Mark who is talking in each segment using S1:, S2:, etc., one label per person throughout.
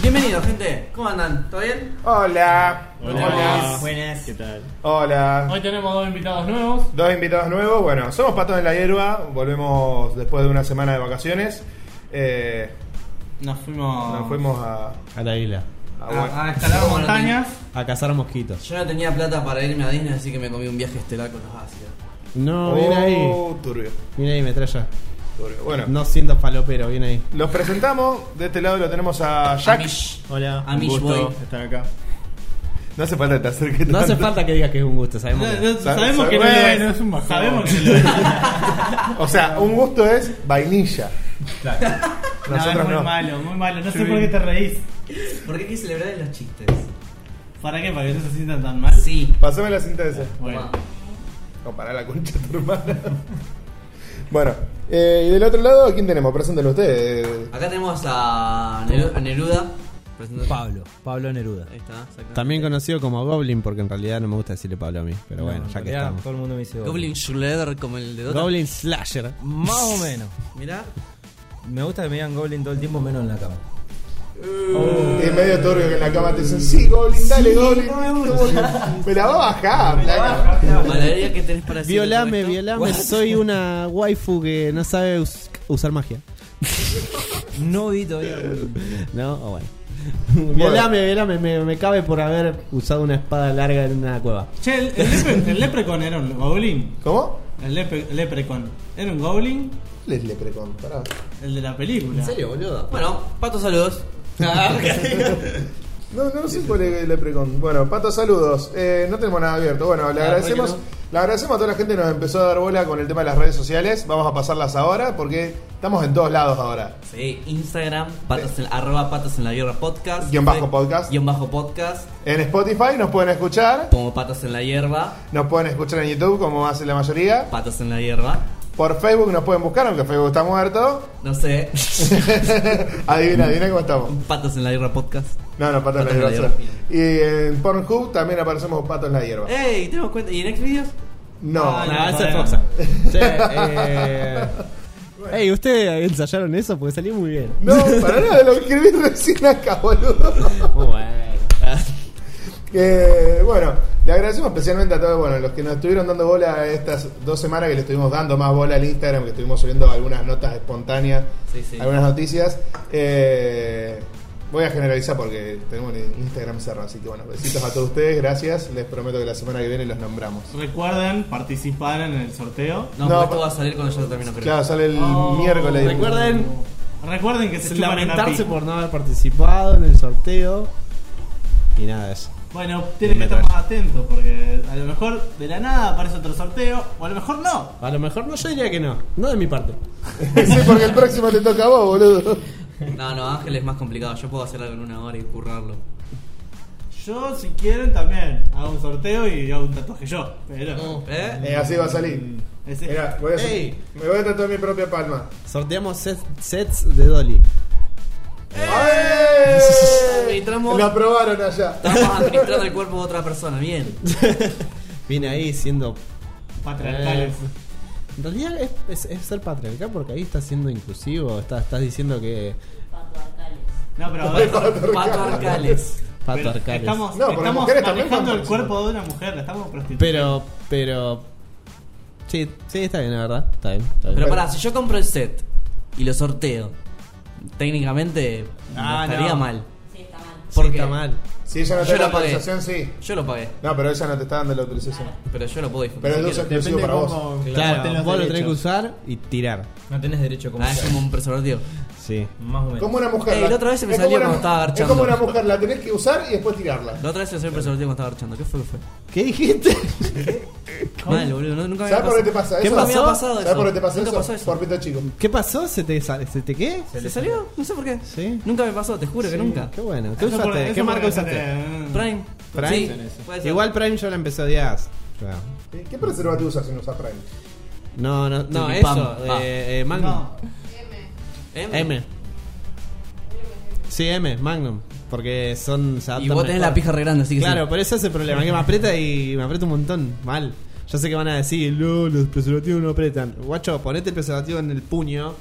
S1: Bienvenidos, gente. ¿Cómo andan? ¿Todo bien?
S2: Hola.
S3: Hola.
S1: Buenas.
S3: ¿Qué tal?
S2: Hola.
S3: Hoy tenemos dos invitados nuevos.
S2: Dos invitados nuevos. Bueno, somos Patos en la Hierba. Volvemos después de una semana de vacaciones. Eh,
S1: Nos fuimos.
S2: nos fuimos a. a
S4: A la isla.
S2: Gua-
S1: A, a escalar como no
S3: Montañas.
S4: A cazar mosquitos.
S1: tenía- yo no tenía plata para irme a Disney, así que me comí un viaje estelar con los ácidos.
S4: No,
S2: Oh,
S4: viene ahí.
S2: turbio,
S4: Viene ahí, metralla.
S2: turbio. Bueno,
S4: No siendo falopero, viene ahí.
S2: los presentamos. De este lado lo tenemos a Jack.
S1: Amish.
S3: Hola.
S1: Amish Boy.
S3: estar acá.
S2: No hace falta que te acerques
S4: No hace
S2: tanto.
S4: falta que digas que es un gusto, sabemos. que-
S2: Sa-
S3: sabemos
S2: sa-
S3: que no lo es,
S2: bueno,
S3: no es un bajón. Sabemos que lo es.
S2: O sea, un gusto es vainilla. Nosotros no.
S5: malo, muy malo. No sé por qué te reís.
S1: ¿Por qué hay que celebrar en los chistes?
S5: ¿Para qué? ¿Para que no se sientan tan mal?
S1: Sí.
S2: Pasame la cinta de ese.
S5: Bueno.
S2: Compará la concha de tu hermana. bueno, eh, y del otro lado, ¿a quién tenemos? Preséntenlo ustedes.
S1: Acá tenemos a, Neru- a Neruda. Presenta-
S4: Pablo. Pablo Neruda.
S1: Ahí está, exactamente.
S4: También conocido como Goblin, porque en realidad no me gusta decirle Pablo a mí. Pero bueno, ya que estamos.
S6: Todo el mundo me dice
S1: Goblin Shredder como el de Dota.
S4: Goblin Slasher.
S6: Más o menos.
S1: Mirá.
S6: Me gusta que me digan Goblin todo el tiempo, menos en la cama.
S2: Y es medio turbio que en la cama te dicen, sí, Goblin, dale, Goblin.
S6: no me gusta.
S2: Me la va a bajar, placa.
S1: Valeria, ¿qué tenés para decir?
S4: Violame,
S1: Roberto?
S4: violame. Soy una waifu que no sabe us- usar magia.
S6: No vi todavía. Goblin.
S4: ¿No? O bueno. Violame, violame. Me, me cabe por haber usado una espada larga en una cueva.
S5: Che, el, el lepre- el Leprechaun era un Goblin.
S2: ¿Cómo?
S5: El lepre, Leprechaun era un Goblin,
S2: Les le precon, pará.
S5: el de la película.
S1: ¿En serio, boludo? Bueno, pato saludos. Ah,
S2: No, no sé cuál es el Leprecon. Bueno, Pato, saludos. Eh, no tenemos nada abierto. Bueno, le agradecemos, le agradecemos a toda la gente que nos empezó a dar bola con el tema de las redes sociales. Vamos a pasarlas ahora porque estamos en todos lados ahora.
S1: Sí, Instagram, patos en, arroba patos en la guerra podcast.
S2: Guión bajo podcast.
S1: Guión bajo podcast.
S2: En Spotify nos pueden escuchar.
S1: Como patos en la hierba.
S2: Nos pueden escuchar en YouTube, como hace la mayoría.
S1: Patos en la hierba.
S2: Por Facebook nos pueden buscar, aunque Facebook está muerto.
S1: No sé.
S2: adivina, adivina cómo estamos.
S1: Patos en la hierba podcast.
S2: No, no, Pato en la
S1: Pato
S2: Hierba. Y en Pornhub también aparecemos con Pato en la Hierba.
S1: ¡Ey! ¿Tenemos cuenta? ¿Y en Xvideos?
S2: No.
S5: Ay,
S4: Ah,
S5: no,
S4: esa es
S5: bueno.
S4: Foxa. Che, eh... Ey, ¿ustedes ensayaron eso? Porque salió muy bien.
S2: No, para nada, lo escribí recién acá, boludo. Eh, bueno, le agradecemos especialmente a todos bueno, los que nos estuvieron dando bola estas dos semanas, que le estuvimos dando más bola al Instagram, que estuvimos subiendo algunas notas espontáneas,
S1: Sí, sí.
S2: algunas noticias. Eh, voy a generalizar porque tenemos el Instagram cerrado, así que bueno, besitos a todos ustedes, gracias. Les prometo que la semana que viene los nombramos.
S5: Recuerden participar en el sorteo.
S1: No,
S2: No,
S1: porque esto
S2: pa-
S1: va a salir cuando yo termino. creo.
S2: Claro, sale el
S5: Oh,
S2: miércoles.
S4: Recuerden
S5: Recuerden que se chupan una
S4: lamentarse
S5: pi.
S4: por no haber participado en el sorteo. Y nada, eso.
S5: Bueno, tienen que estar más atentos porque a lo mejor de la nada aparece otro sorteo o a lo mejor no.
S4: A lo mejor no, yo diría que no. No de mi parte.
S2: sí, porque el próximo te toca a vos, boludo.
S1: No, no, Ángel es más complicado. Yo puedo hacerlo en una hora y currarlo.
S5: Yo, si quieren, también hago un sorteo y hago un tatuaje yo. Pero.
S1: ¿Eh?
S2: Eh, así va a salir.
S5: Ese-
S2: Mirá, voy a hacer-
S4: Ey.
S2: me voy a tatuar mi propia palma.
S4: Sorteamos set- sets de Dolly.
S2: ¡Ay!
S1: Entramos-
S2: Lo aprobaron ¡Eh! allá.
S1: Estamos administrando el cuerpo de otra persona. Bien.
S4: Viene ahí siendo.
S5: Patriarcales.
S6: Eh.
S4: En realidad es, es- es ser patriarcal porque ahí estás siendo inclusivo. Estás, estás diciendo que.
S5: No, pero.
S1: Pato Arcales.
S5: Pero
S4: Patriarcal. es-
S5: Estamos,
S2: No, porque las
S5: estamos
S2: mujeres también
S5: manejando
S2: pueden
S5: el cuerpo de una mujer, la estamos prostituyendo.
S4: Pero. Pero. Sí, sí, está bien, la verdad. Está bien. Está bien.
S1: Pero pará, si yo compro el set y lo sorteo, técnicamente no
S4: Ah,
S1: estaría
S4: no.
S1: mal.
S4: porque
S1: ¿por qué?
S4: está mal.
S2: Si ella no
S1: Yo
S2: te da
S1: lo pagué.
S2: autorización, sí.
S1: Yo lo pagué,
S2: No, pero ella no te está dando la autorización.
S1: pero yo lo puedo disfrutar.
S2: Pero
S1: si
S2: es de uso
S1: quiero.
S2: exclusivo para vos.
S4: Claro, vos lo tenés que usar y tirar.
S6: No tenés derecho como
S5: Ah,
S1: Ah, es como un preservativo.
S4: Sí.
S6: Más o menos.
S2: Como una mujer.
S1: Ey,
S2: la-
S1: Eh, la otra vez se me
S2: es como
S1: salió
S2: una
S1: cuando
S2: mu-
S1: estaba
S2: Es
S1: garchando.
S2: como una mujer, la tenés que usar y después tirarla.
S1: La otra vez se me sorprendió cuando estaba archando. ¿Qué fue que fue?
S4: ¿Qué dijiste?
S1: Mal, boludo. no- Nunca me
S2: ¿Sabes por qué te pasa
S4: ¿Qué
S2: eso?
S4: pasó?
S1: me había pasado
S2: ¿Sabes
S1: eso.
S2: por qué te pasa
S1: Nunca
S2: eso?
S1: pasó eso.
S2: Por pito chico.
S4: ¿Qué pasó? ¿Se te, sal- ¿Se te qué?
S1: ¿Se salió? No sé por qué.
S4: Sí.
S1: Nunca me pasó, te juro que nunca.
S4: Qué bueno. ¿Qué
S5: Eso por-
S4: usaste?
S5: eso eh,
S4: ¿Qué marca
S5: porque
S4: usaste?
S5: te-
S1: Prime.
S4: Prime.
S1: Sí, puede ser.
S4: Igual Prime yo la empecé a odiar. Ya.
S2: ¿Qué- ¿Qué preservativo usas si no usas Prime?
S4: No, no, no,
S1: Tulipán.
S4: eso.
S1: Ah.
S4: Eh, eh, Magnum.
S5: No.
S1: M.
S4: M. Sí, M, Magnum. Porque son. se
S1: Y
S4: adaptan
S1: vos tenés
S4: mejor.
S1: la pija re grande, así que
S4: Claro, pues,
S1: sí.
S4: pero ese es el problema, que me aprieta y me aprieta un montón. Mal. Yo sé que van a decir, no, los preservativos no apretan. Guacho, ponete el preservativo en el puño,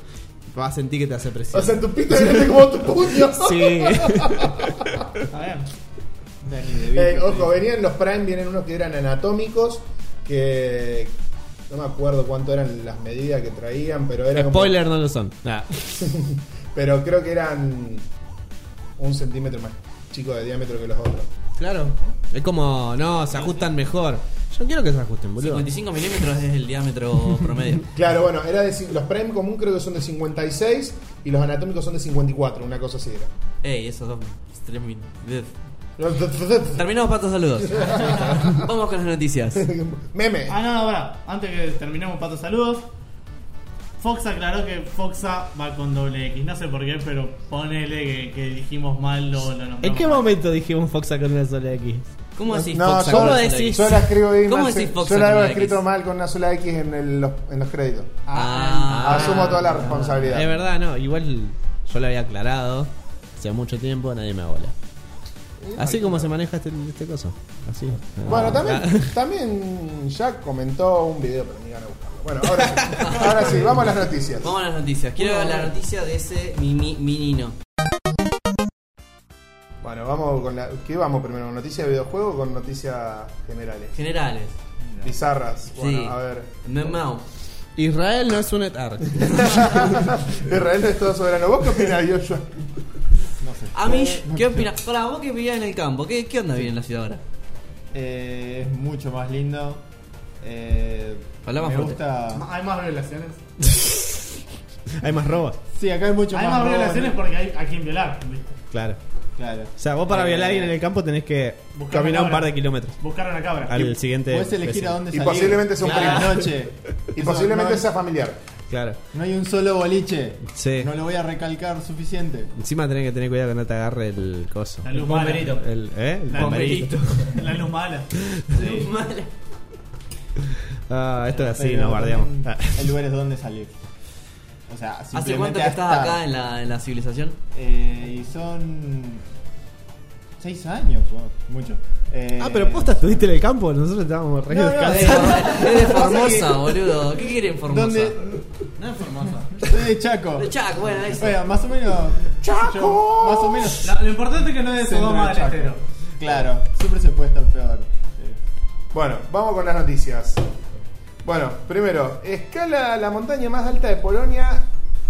S4: vas a sentir que te hace
S2: O
S4: presión.
S2: sea, tu pito es grande como tu puño.
S4: sí.
S5: Está bien.
S2: Eh, ojo, venían los Prime, vienen unos que eran anatómicos, que no me acuerdo cuánto eran las medidas que traían, pero era como-
S4: Eh, Spoiler no lo son. Nah.
S2: pero creo que eran un centímetro más chico de diámetro que los otros.
S4: Claro. Es como, no, se ajustan mejor. Yo no quiero que se ajusten, boludo.
S1: 55 milímetros es el diámetro promedio.
S2: Claro, bueno, era de, cin- los Prime común creo que son de 56 y los anatómicos son de 54, una cosa así era.
S1: Ey, esos dos. tres mil- Terminamos patos saludos. Vamos con las noticias.
S2: Meme.
S5: Ah, no, no, pará. Antes que terminemos, pato, saludos. Fox aclaró que Foxa va con doble X. No sé por qué, pero ponele que, que dijimos mal lo, lo nombramos
S4: ¿En qué
S5: mal.
S4: momento dijimos Fox con una sola X?
S1: ¿Cómo decís
S2: No,
S1: Fox?
S2: yo-
S1: ¿Cómo
S2: yo-
S1: decís?
S2: Yo la escribo bien
S1: ¿Cómo
S2: mal,
S1: decís
S2: sí.
S1: Fox
S2: Yo la
S1: con
S2: había
S1: una
S2: escrito
S1: X?
S2: mal con una sola X en, el- los, en los créditos.
S1: Ah.
S2: Asumo toda la responsabilidad.
S4: Es verdad, no. Igual yo lo había aclarado. Hace mucho tiempo nadie me abola. Así como se maneja este, este coso. Así.
S2: Bueno,
S4: Ah.
S2: también, también Jack comentó un video, pero ni van a buscarlo. Bueno, ahora sí, ahora sí, vamos a las noticias.
S1: Vamos a las noticias. Quiero la noticia de ese mi- mi- menino.
S2: Bueno, vamos con la. ¿Qué vamos primero? ¿Con noticias de videojuego o con noticias generales?
S1: Generales.
S2: Bizarras. Bueno,
S1: Sí.
S2: a ver.
S1: Me mao.
S4: Israel no es un etar.
S2: Israel no es todo soberano. ¿Vos qué opinás, Joshua?
S1: Amish, ¿qué opinas? Para vos que vivías en el campo, ¿qué, qué onda vivir en la ciudad ahora?
S7: Eh, es mucho más lindo. Eh,
S1: Habla más
S7: me
S1: fuerte.
S7: gusta.
S5: Hay más violaciones.
S4: Hay más robos.
S7: Sí, acá hay mucho
S5: Hay
S7: más.
S5: más
S7: robo,
S5: violaciones
S7: ¿no?
S5: porque hay a quien violar. ¿viste?
S4: Claro.
S7: Claro.
S4: O sea, vos para
S7: Eh,
S4: violar a alguien en el campo tenés que
S5: Buscar
S4: caminar
S5: una
S4: un par
S5: cabra.
S4: de kilómetros.
S5: Buscar a una cabra.
S4: Al siguiente.
S7: Puedes elegir a dónde
S2: Y
S7: salir.
S2: posiblemente sea un
S7: Claro,
S2: primo.
S7: noche.
S2: Y
S7: Eso,
S2: posiblemente
S7: no,
S2: sea familiar.
S4: Claro.
S7: No hay un solo boliche.
S4: Sí.
S7: No lo voy a recalcar suficiente.
S4: Encima tenés que tener cuidado que no te agarre el coso.
S5: La luz
S6: Bomberito.
S5: mala.
S4: El, ¿Eh? El
S5: La
S4: bomberito.
S5: luz- La luz mala.
S1: Mala.
S4: Ah, esto es así,
S7: Pero
S4: nos Ah. guardiamos.
S7: también Hay lugares donde salir. O sea,
S1: ¿Hace cuánto
S7: simplemente
S1: que estás
S7: hasta-
S1: acá en la, en la civilización?
S7: Eh, y son. 6 años, wow, mucho. Eh,
S4: Ah, pero posta estuviste en el campo. Nosotros estábamos re
S7: No, no,
S4: descansados.
S1: Es de Formosa, boludo. ¿Qué quieren Formosa?
S7: ¿Dónde?
S5: No es formosa.
S7: Soy de Chaco.
S1: De Chac, bueno, ahí está.
S7: Oiga, más o menos. Chaco. Más o menos.
S5: Lo, lo importante es que no es de Sodoma del Estero.
S7: Claro, siempre se puede estar peor. Sí.
S2: Bueno, vamos con las noticias. Bueno, primero, escala la montaña más alta de Polonia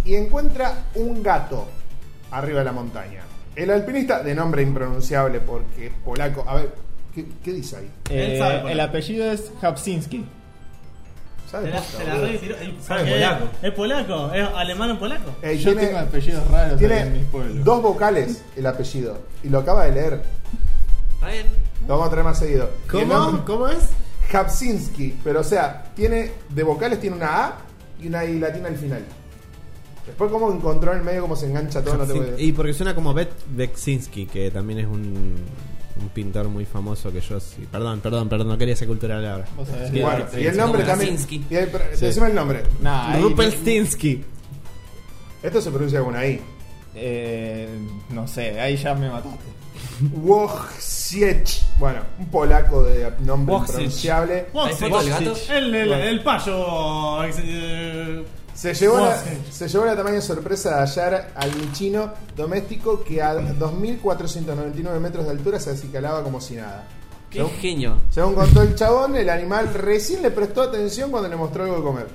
S2: y encuentra un gato arriba de la montaña. El alpinista, de nombre impronunciable porque es polaco. A ver, ¿qué, qué dice ahí?
S5: Él sabe poner.
S7: Eh, el apellido es Hapsinski.
S2: ¿Sabe
S5: Te la,
S2: posta,
S5: te la
S2: boludo?
S5: re tiró. Ey,
S6: Sabe
S5: ¿sabes
S6: polaco.
S5: qué? ¿Es polaco? ¿Es alemán en polaco?
S2: Eh,
S7: Yo
S2: tiene-
S7: tengo apellidos raros acá en
S2: Tiene
S7: mis pueblos.
S2: dos vocales el apellido y lo acaba de leer.
S1: Está bien.
S2: Lo vamos a traer más seguido. Y el nombre-
S4: ¿Cómo es?
S2: Kapczynski, pero o sea, tiene de vocales tiene una A y una I latina al final. Después cómo encontró en el medio cómo se engancha todo, no tengo idea.
S4: Y porque suena como Beth Beksinski, que también es un, un pintor muy famoso que yo sí. Perdón, perdón, perdón, no quería ser cultural ahora.
S7: Vos sabés
S4: Sí,
S7: bien.
S2: Bueno, y el
S1: sí,
S2: nombre
S1: sí,
S2: también.
S1: Kapczynski.
S2: y el- pero- Decime el nombre.
S7: Nah, ahí-
S4: Rupelstinsky.
S2: Esto se pronuncia con una I.
S7: Eh, no sé, ahí ya me mataste.
S2: Wojciech. Bueno, un polaco de nombre
S6: Wojciech.
S2: impronunciable.
S1: ¿Hay foto del gato?
S5: El, el, el payo. ex- eh,
S2: Se llevó, la,
S5: Wojciech.
S2: se llevó la tamaña sorpresa de hallar al chino doméstico que a 2.499 metros de altura se acicalaba como si nada.
S1: Qué
S2: Según-
S1: genio.
S2: Según contó el chabón, el animal recién le prestó atención cuando le mostró algo de comer.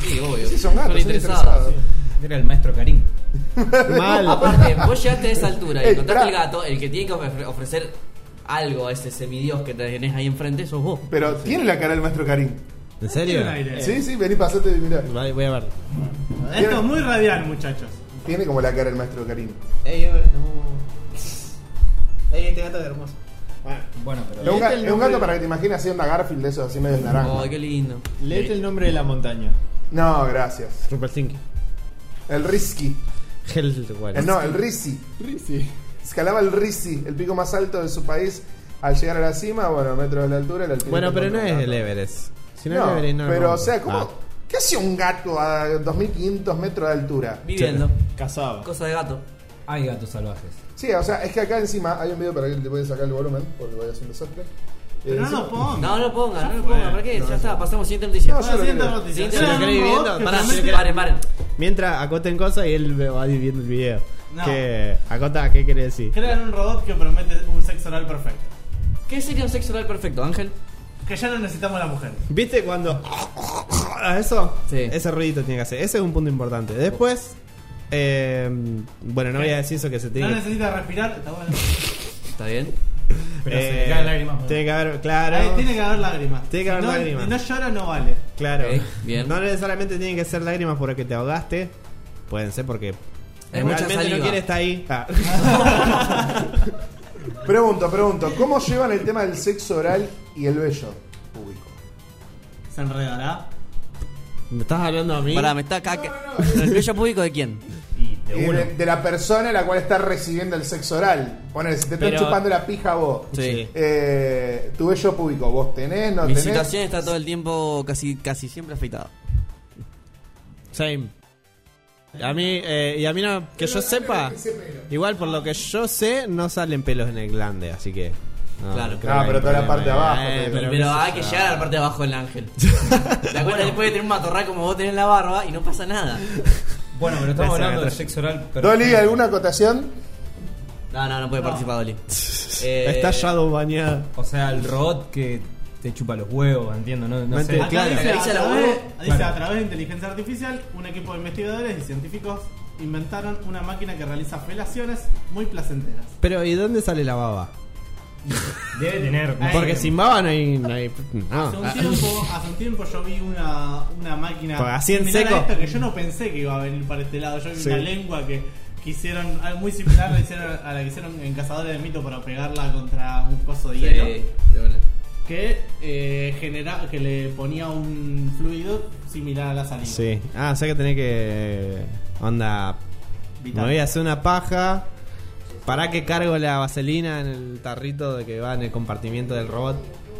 S1: Sí, obvio.
S2: Sí, son gatos, son interesados.
S6: Era el maestro Karim.
S4: Mal.
S1: Aparte, vos llegaste a esa altura y
S2: Ey,
S1: encontraste el
S2: pará.
S1: gato, el que tiene que ofre- ofrecer algo a ese semidios que tenés ahí enfrente, sos vos.
S2: Pero tiene la cara el maestro Karim.
S4: ¿En
S5: tiene
S4: serio? Eh,
S5: un aire.
S2: Sí, sí, vení, pasate y mirá.
S4: Vale, voy a ver.
S5: Esto es muy radial, muchachos.
S2: Tiene como la cara el maestro Karim.
S4: Ey, eh, no. Ey, este gato es hermoso.
S7: Bueno,
S6: Bueno,
S2: Es
S6: pero.
S2: un,
S7: Leete
S2: ga-
S7: este el
S2: es un gato
S7: nombre-
S2: para que te imagines haciendo a Garfield de esos así medio naranja.
S1: Ay, qué lindo.
S7: leete el nombre de la montaña.
S2: No, gracias.
S4: Rumpelstiltskin.
S2: El Risky. Eh,
S4: Hellwall.
S2: no, el Risi.
S7: Rizzi.
S2: Escalaba el Risi, el pico más alto de su país. Al llegar a la cima, bueno, metros de la altura, el alpinista
S4: Bueno, pero no
S2: encontró
S4: es
S2: un
S4: el
S2: gato.
S4: Everest. Si no,
S2: No,
S4: es el Everest, no lo
S2: pero o
S4: rompo.
S2: sea, ¿cómo,
S4: Ah.
S2: ¿qué hace un gato a 2500 metros de altura?
S1: Viviendo.
S7: Casaba.
S1: Cosa de gato.
S6: Hay gatos salvajes.
S2: Sí, o sea, es que acá encima hay un video para que te puedes sacar el volumen, porque voy a hacer un desastre. Eh,
S5: Pero no
S2: sí.
S5: lo pongas.
S1: No, no lo ponga, no lo
S5: fue.
S1: ponga. ¿Para qué? ya está, pasamos siguiente
S2: No,
S1: noticia.
S2: yo lo
S5: Siguiente
S2: creo.
S5: noticia.
S1: Siguiente
S5: Era
S4: lo
S5: un
S4: queréis
S5: robot
S4: viendo.
S5: que
S1: Pará,
S5: realmente-
S1: paren, paren.
S4: Mientras acoten cosas y él va viendo el video.
S5: No.
S4: Que, acota, ¿qué quiere decir?
S5: Crean un robot que promete un sexo oral perfecto.
S1: ¿Qué sería un sexo oral perfecto, Ángel?
S5: Que ya no necesitamos a la mujer.
S4: ¿Viste cuando.? a Eso.
S1: Sí.
S4: Ese ruidito tiene que hacer. Ese es un punto importante. Después. eh, bueno, no voy a decir eso que se tiene
S5: No
S4: que-
S5: necesita respirar. Está bueno.
S1: ¿Está bien?
S6: Pero se
S4: eh,
S6: le caen lágrimas. ¿no?
S4: Tiene que haber, claro.
S5: Ahí tiene que haber lágrimas.
S4: Tiene que
S5: Si
S4: haber
S5: no,
S4: lágrimas.
S5: Si no llora, no vale.
S4: Claro.
S1: Ok, bien.
S4: No necesariamente tienen que ser lágrimas porque te ahogaste. Pueden ser porque.
S1: Hay mucha
S4: realmente no
S1: saliva.
S4: quiere estar ahí. Ah.
S2: Pregunto, pregunto, ¿cómo llevan el tema del sexo oral y el vello público?
S5: Se enredará.
S4: ¿Me estás hablando a mí?
S1: Pará, me está acá. ¿El bello público de quién?
S6: Y
S2: Y
S6: de
S2: De,
S6: uno.
S2: de la persona a la cual está recibiendo el sexo oral. Poner, si te están
S4: Pero-
S2: chupando la pija a vos.
S1: Sí.
S2: Eh, tu vello público, vos tenés, no
S1: Mi
S2: tenés.
S1: situación está todo el tiempo casi, casi siempre afeitada.
S4: Same. A mí, eh, y a mí no, que yo sepa, igual por lo que yo sé, no salen pelos en el glande, así que. No,
S1: Claro.
S4: creo
S2: No,
S4: que
S2: pero
S4: hay
S2: toda la
S4: problema
S2: parte
S4: ahí.
S2: de abajo,
S4: Eh,
S2: te
S4: pero
S1: Pero,
S4: qué sé
S1: hay que
S4: yo.
S1: llegar a la parte de abajo del ángel. ¿Te acuerdas? Después de tener un matorral como vos tenés la barba y no pasa nada.
S6: Bueno, pero
S4: Esa
S6: estamos hablando
S4: otra.
S6: del sexo oral. perfecto.
S2: Dolly, ¿alguna acotación?
S1: No, no, no puede participar Dolly. Eh,
S4: Está shadow bañada.
S6: O sea, el robot que te chupa los huevos, entiendo, no, no
S4: No
S6: sé.
S4: entiendo,
S5: Acá
S4: claro.
S5: dice, a
S1: Acaricia la
S5: través,
S1: huevo.
S5: dice,
S6: Claro.
S5: a través de inteligencia artificial, un equipo de investigadores y científicos inventaron una máquina que realiza felaciones muy placenteras.
S4: Pero, ¿y dónde sale la baba?
S6: Debe tener. no sé.
S4: Porque sin baba no hay. No hay
S5: Hace
S4: no.
S5: un, tiempo, hace un tiempo yo vi una, una máquina
S4: Ah. Pues, así en
S5: similar a
S4: seco.
S5: esta que yo no pensé que iba a venir para este lado. Yo vi
S4: Sí.
S5: una lengua que, que hicieron algo muy similar a la, hicieron- a la que hicieron en Cazadores de Mito para pegarla contra un coso de
S1: sí,
S5: hielo.
S1: de una.
S5: Que, eh, genera, que le ponía un fluido similar a la saliva.
S4: Sí. Ah, o sea que tenés que. Onda.
S5: Vital.
S4: Me voy a hacer una paja. Para que cargo la vaselina en el tarrito de que va en el compartimiento del robot.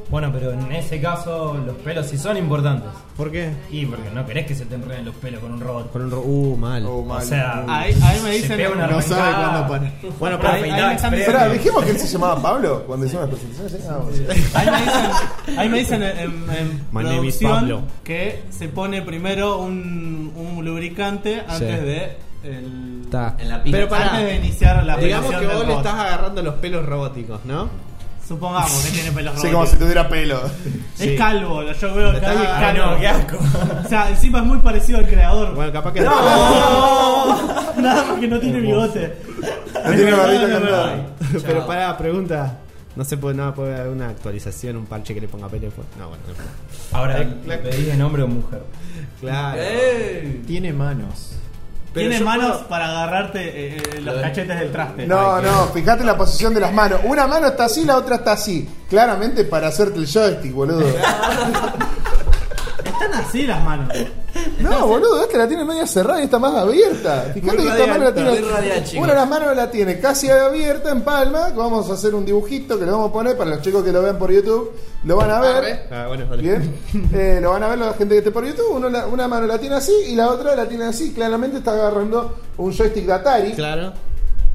S6: Bueno, pero en ese caso, los pelos sí son importantes.
S4: ¿Por qué?
S6: Y porque no querés que se te enreden los pelos con un robot.
S4: Con un ro- Uh, mal.
S2: Oh,
S6: O
S2: mal.
S6: sea,
S5: Ahí, ahí me
S6: se
S5: dicen.
S6: pega una
S7: No sabe cuándo
S6: arrancada.
S7: poner.
S4: Bueno,
S6: Una
S4: pero
S6: afeitada
S5: ahí me están
S6: express.
S2: Esperá, Eh, dijimos que él se llamaba Pablo cuando hicimos las presentaciones. Ah, bueno.
S5: Ahí me dicen, ahí me dicen en, en- en
S4: My name is Pablo.
S5: producción que se pone primero un, un lubricante antes
S4: Sí.
S5: de el,
S4: Está.
S1: En la pija.
S4: Pero pará.
S5: antes de iniciar la
S4: Digamos
S5: operación
S4: que
S5: del
S4: vos le
S5: bot.
S4: estás agarrando los pelos robóticos, ¿no?
S5: Supongamos que tiene pelos
S2: Sí, como
S5: robóticos.
S2: si tuviera pelo.
S4: Sí.
S5: Es calvo, lo- yo veo
S4: Le
S5: acá
S4: estás-
S5: y es
S4: Ah,
S5: calvo.
S6: no, qué asco.
S5: O sea, encima es muy parecido al creador.
S4: Bueno, capaz que.
S5: Nada porque no tiene bigote.
S2: No tiene barbita
S5: no, no,
S2: cantada.
S5: no.
S4: Pero pará, pregunta. No se puede, no puede haber una actualización, un parche que le ponga pelo. pues. No, bueno, no puede.
S6: Ahora, ¿le pedís en hombre o mujer?
S4: Claro.
S1: Eh. ¡Ey!
S7: Tiene manos.
S4: Pero
S5: Tiene
S4: yo
S5: manos
S4: puedo-
S5: para agarrarte eh, eh, los cachetes del traste.
S2: No, no, fíjate la posición de las manos. Una mano está así, la otra está así. Claramente para hacerte el joystick, boludo.
S5: Están así las manos.
S2: No, boludo, esta la tiene media cerrada y esta más abierta. Fíjate que esta mano la
S1: radial, muy radial,
S2: tiene.
S1: chicos.
S2: Una de las manos la tiene casi abierta en palma. que Vamos a hacer un dibujito que lo vamos a poner para los chicos que lo vean por YouTube. Lo van a ver.
S4: Ah, bueno, vale.
S2: Bien, Eh, lo van a ver la gente que esté por YouTube. Uno la- una mano la tiene así y la otra la tiene así. Claramente está agarrando un joystick de Atari.
S4: Claro.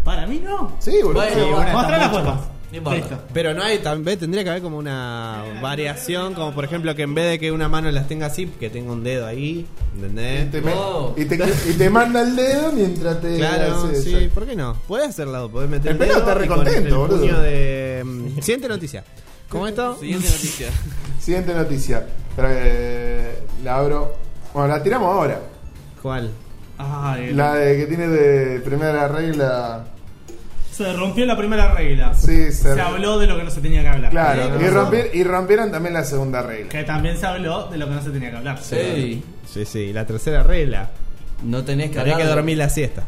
S5: Para mí no.
S2: Sí, boludo.
S1: Bueno, bueno,
S5: Mostrar las fotos.
S1: No importa.
S5: Listo.
S4: Pero no hay, tal vez tendría que haber como una variación, como por ejemplo que en vez de que una mano las tenga así, que tenga un dedo ahí,
S2: Y
S4: ¿entendés?
S2: te, me-
S1: Oh.
S2: y te- y te manda el dedo mientras te.
S4: Claro,
S2: hace-
S4: sí, ¿por qué no? Podés hacerlo, podés meter
S2: El pelo
S4: dedo
S2: está
S4: y con el-
S2: recontento,
S4: el
S2: boludo.
S4: puño de... mm, Siguiente noticia. ¿Cómo esto?
S1: Siguiente noticia.
S2: Siguiente noticia. Espera que la abro. Bueno, la tiramos ahora.
S4: ¿Cuál?
S5: Ay,
S2: La de que tiene de primera regla.
S5: Se rompió la primera regla.
S2: Sí, se-
S5: se, habló de lo que no se tenía que hablar.
S2: Claro.
S4: Sí,
S2: Y,
S4: ¿no?
S2: rompier- y rompieron también la segunda regla.
S5: Que también se habló de lo que no se tenía que hablar.
S1: ¡Ey!
S4: Sí, sí, la tercera regla.
S1: No tenés que
S4: Habría que
S1: hablar de-
S4: dormir la siesta.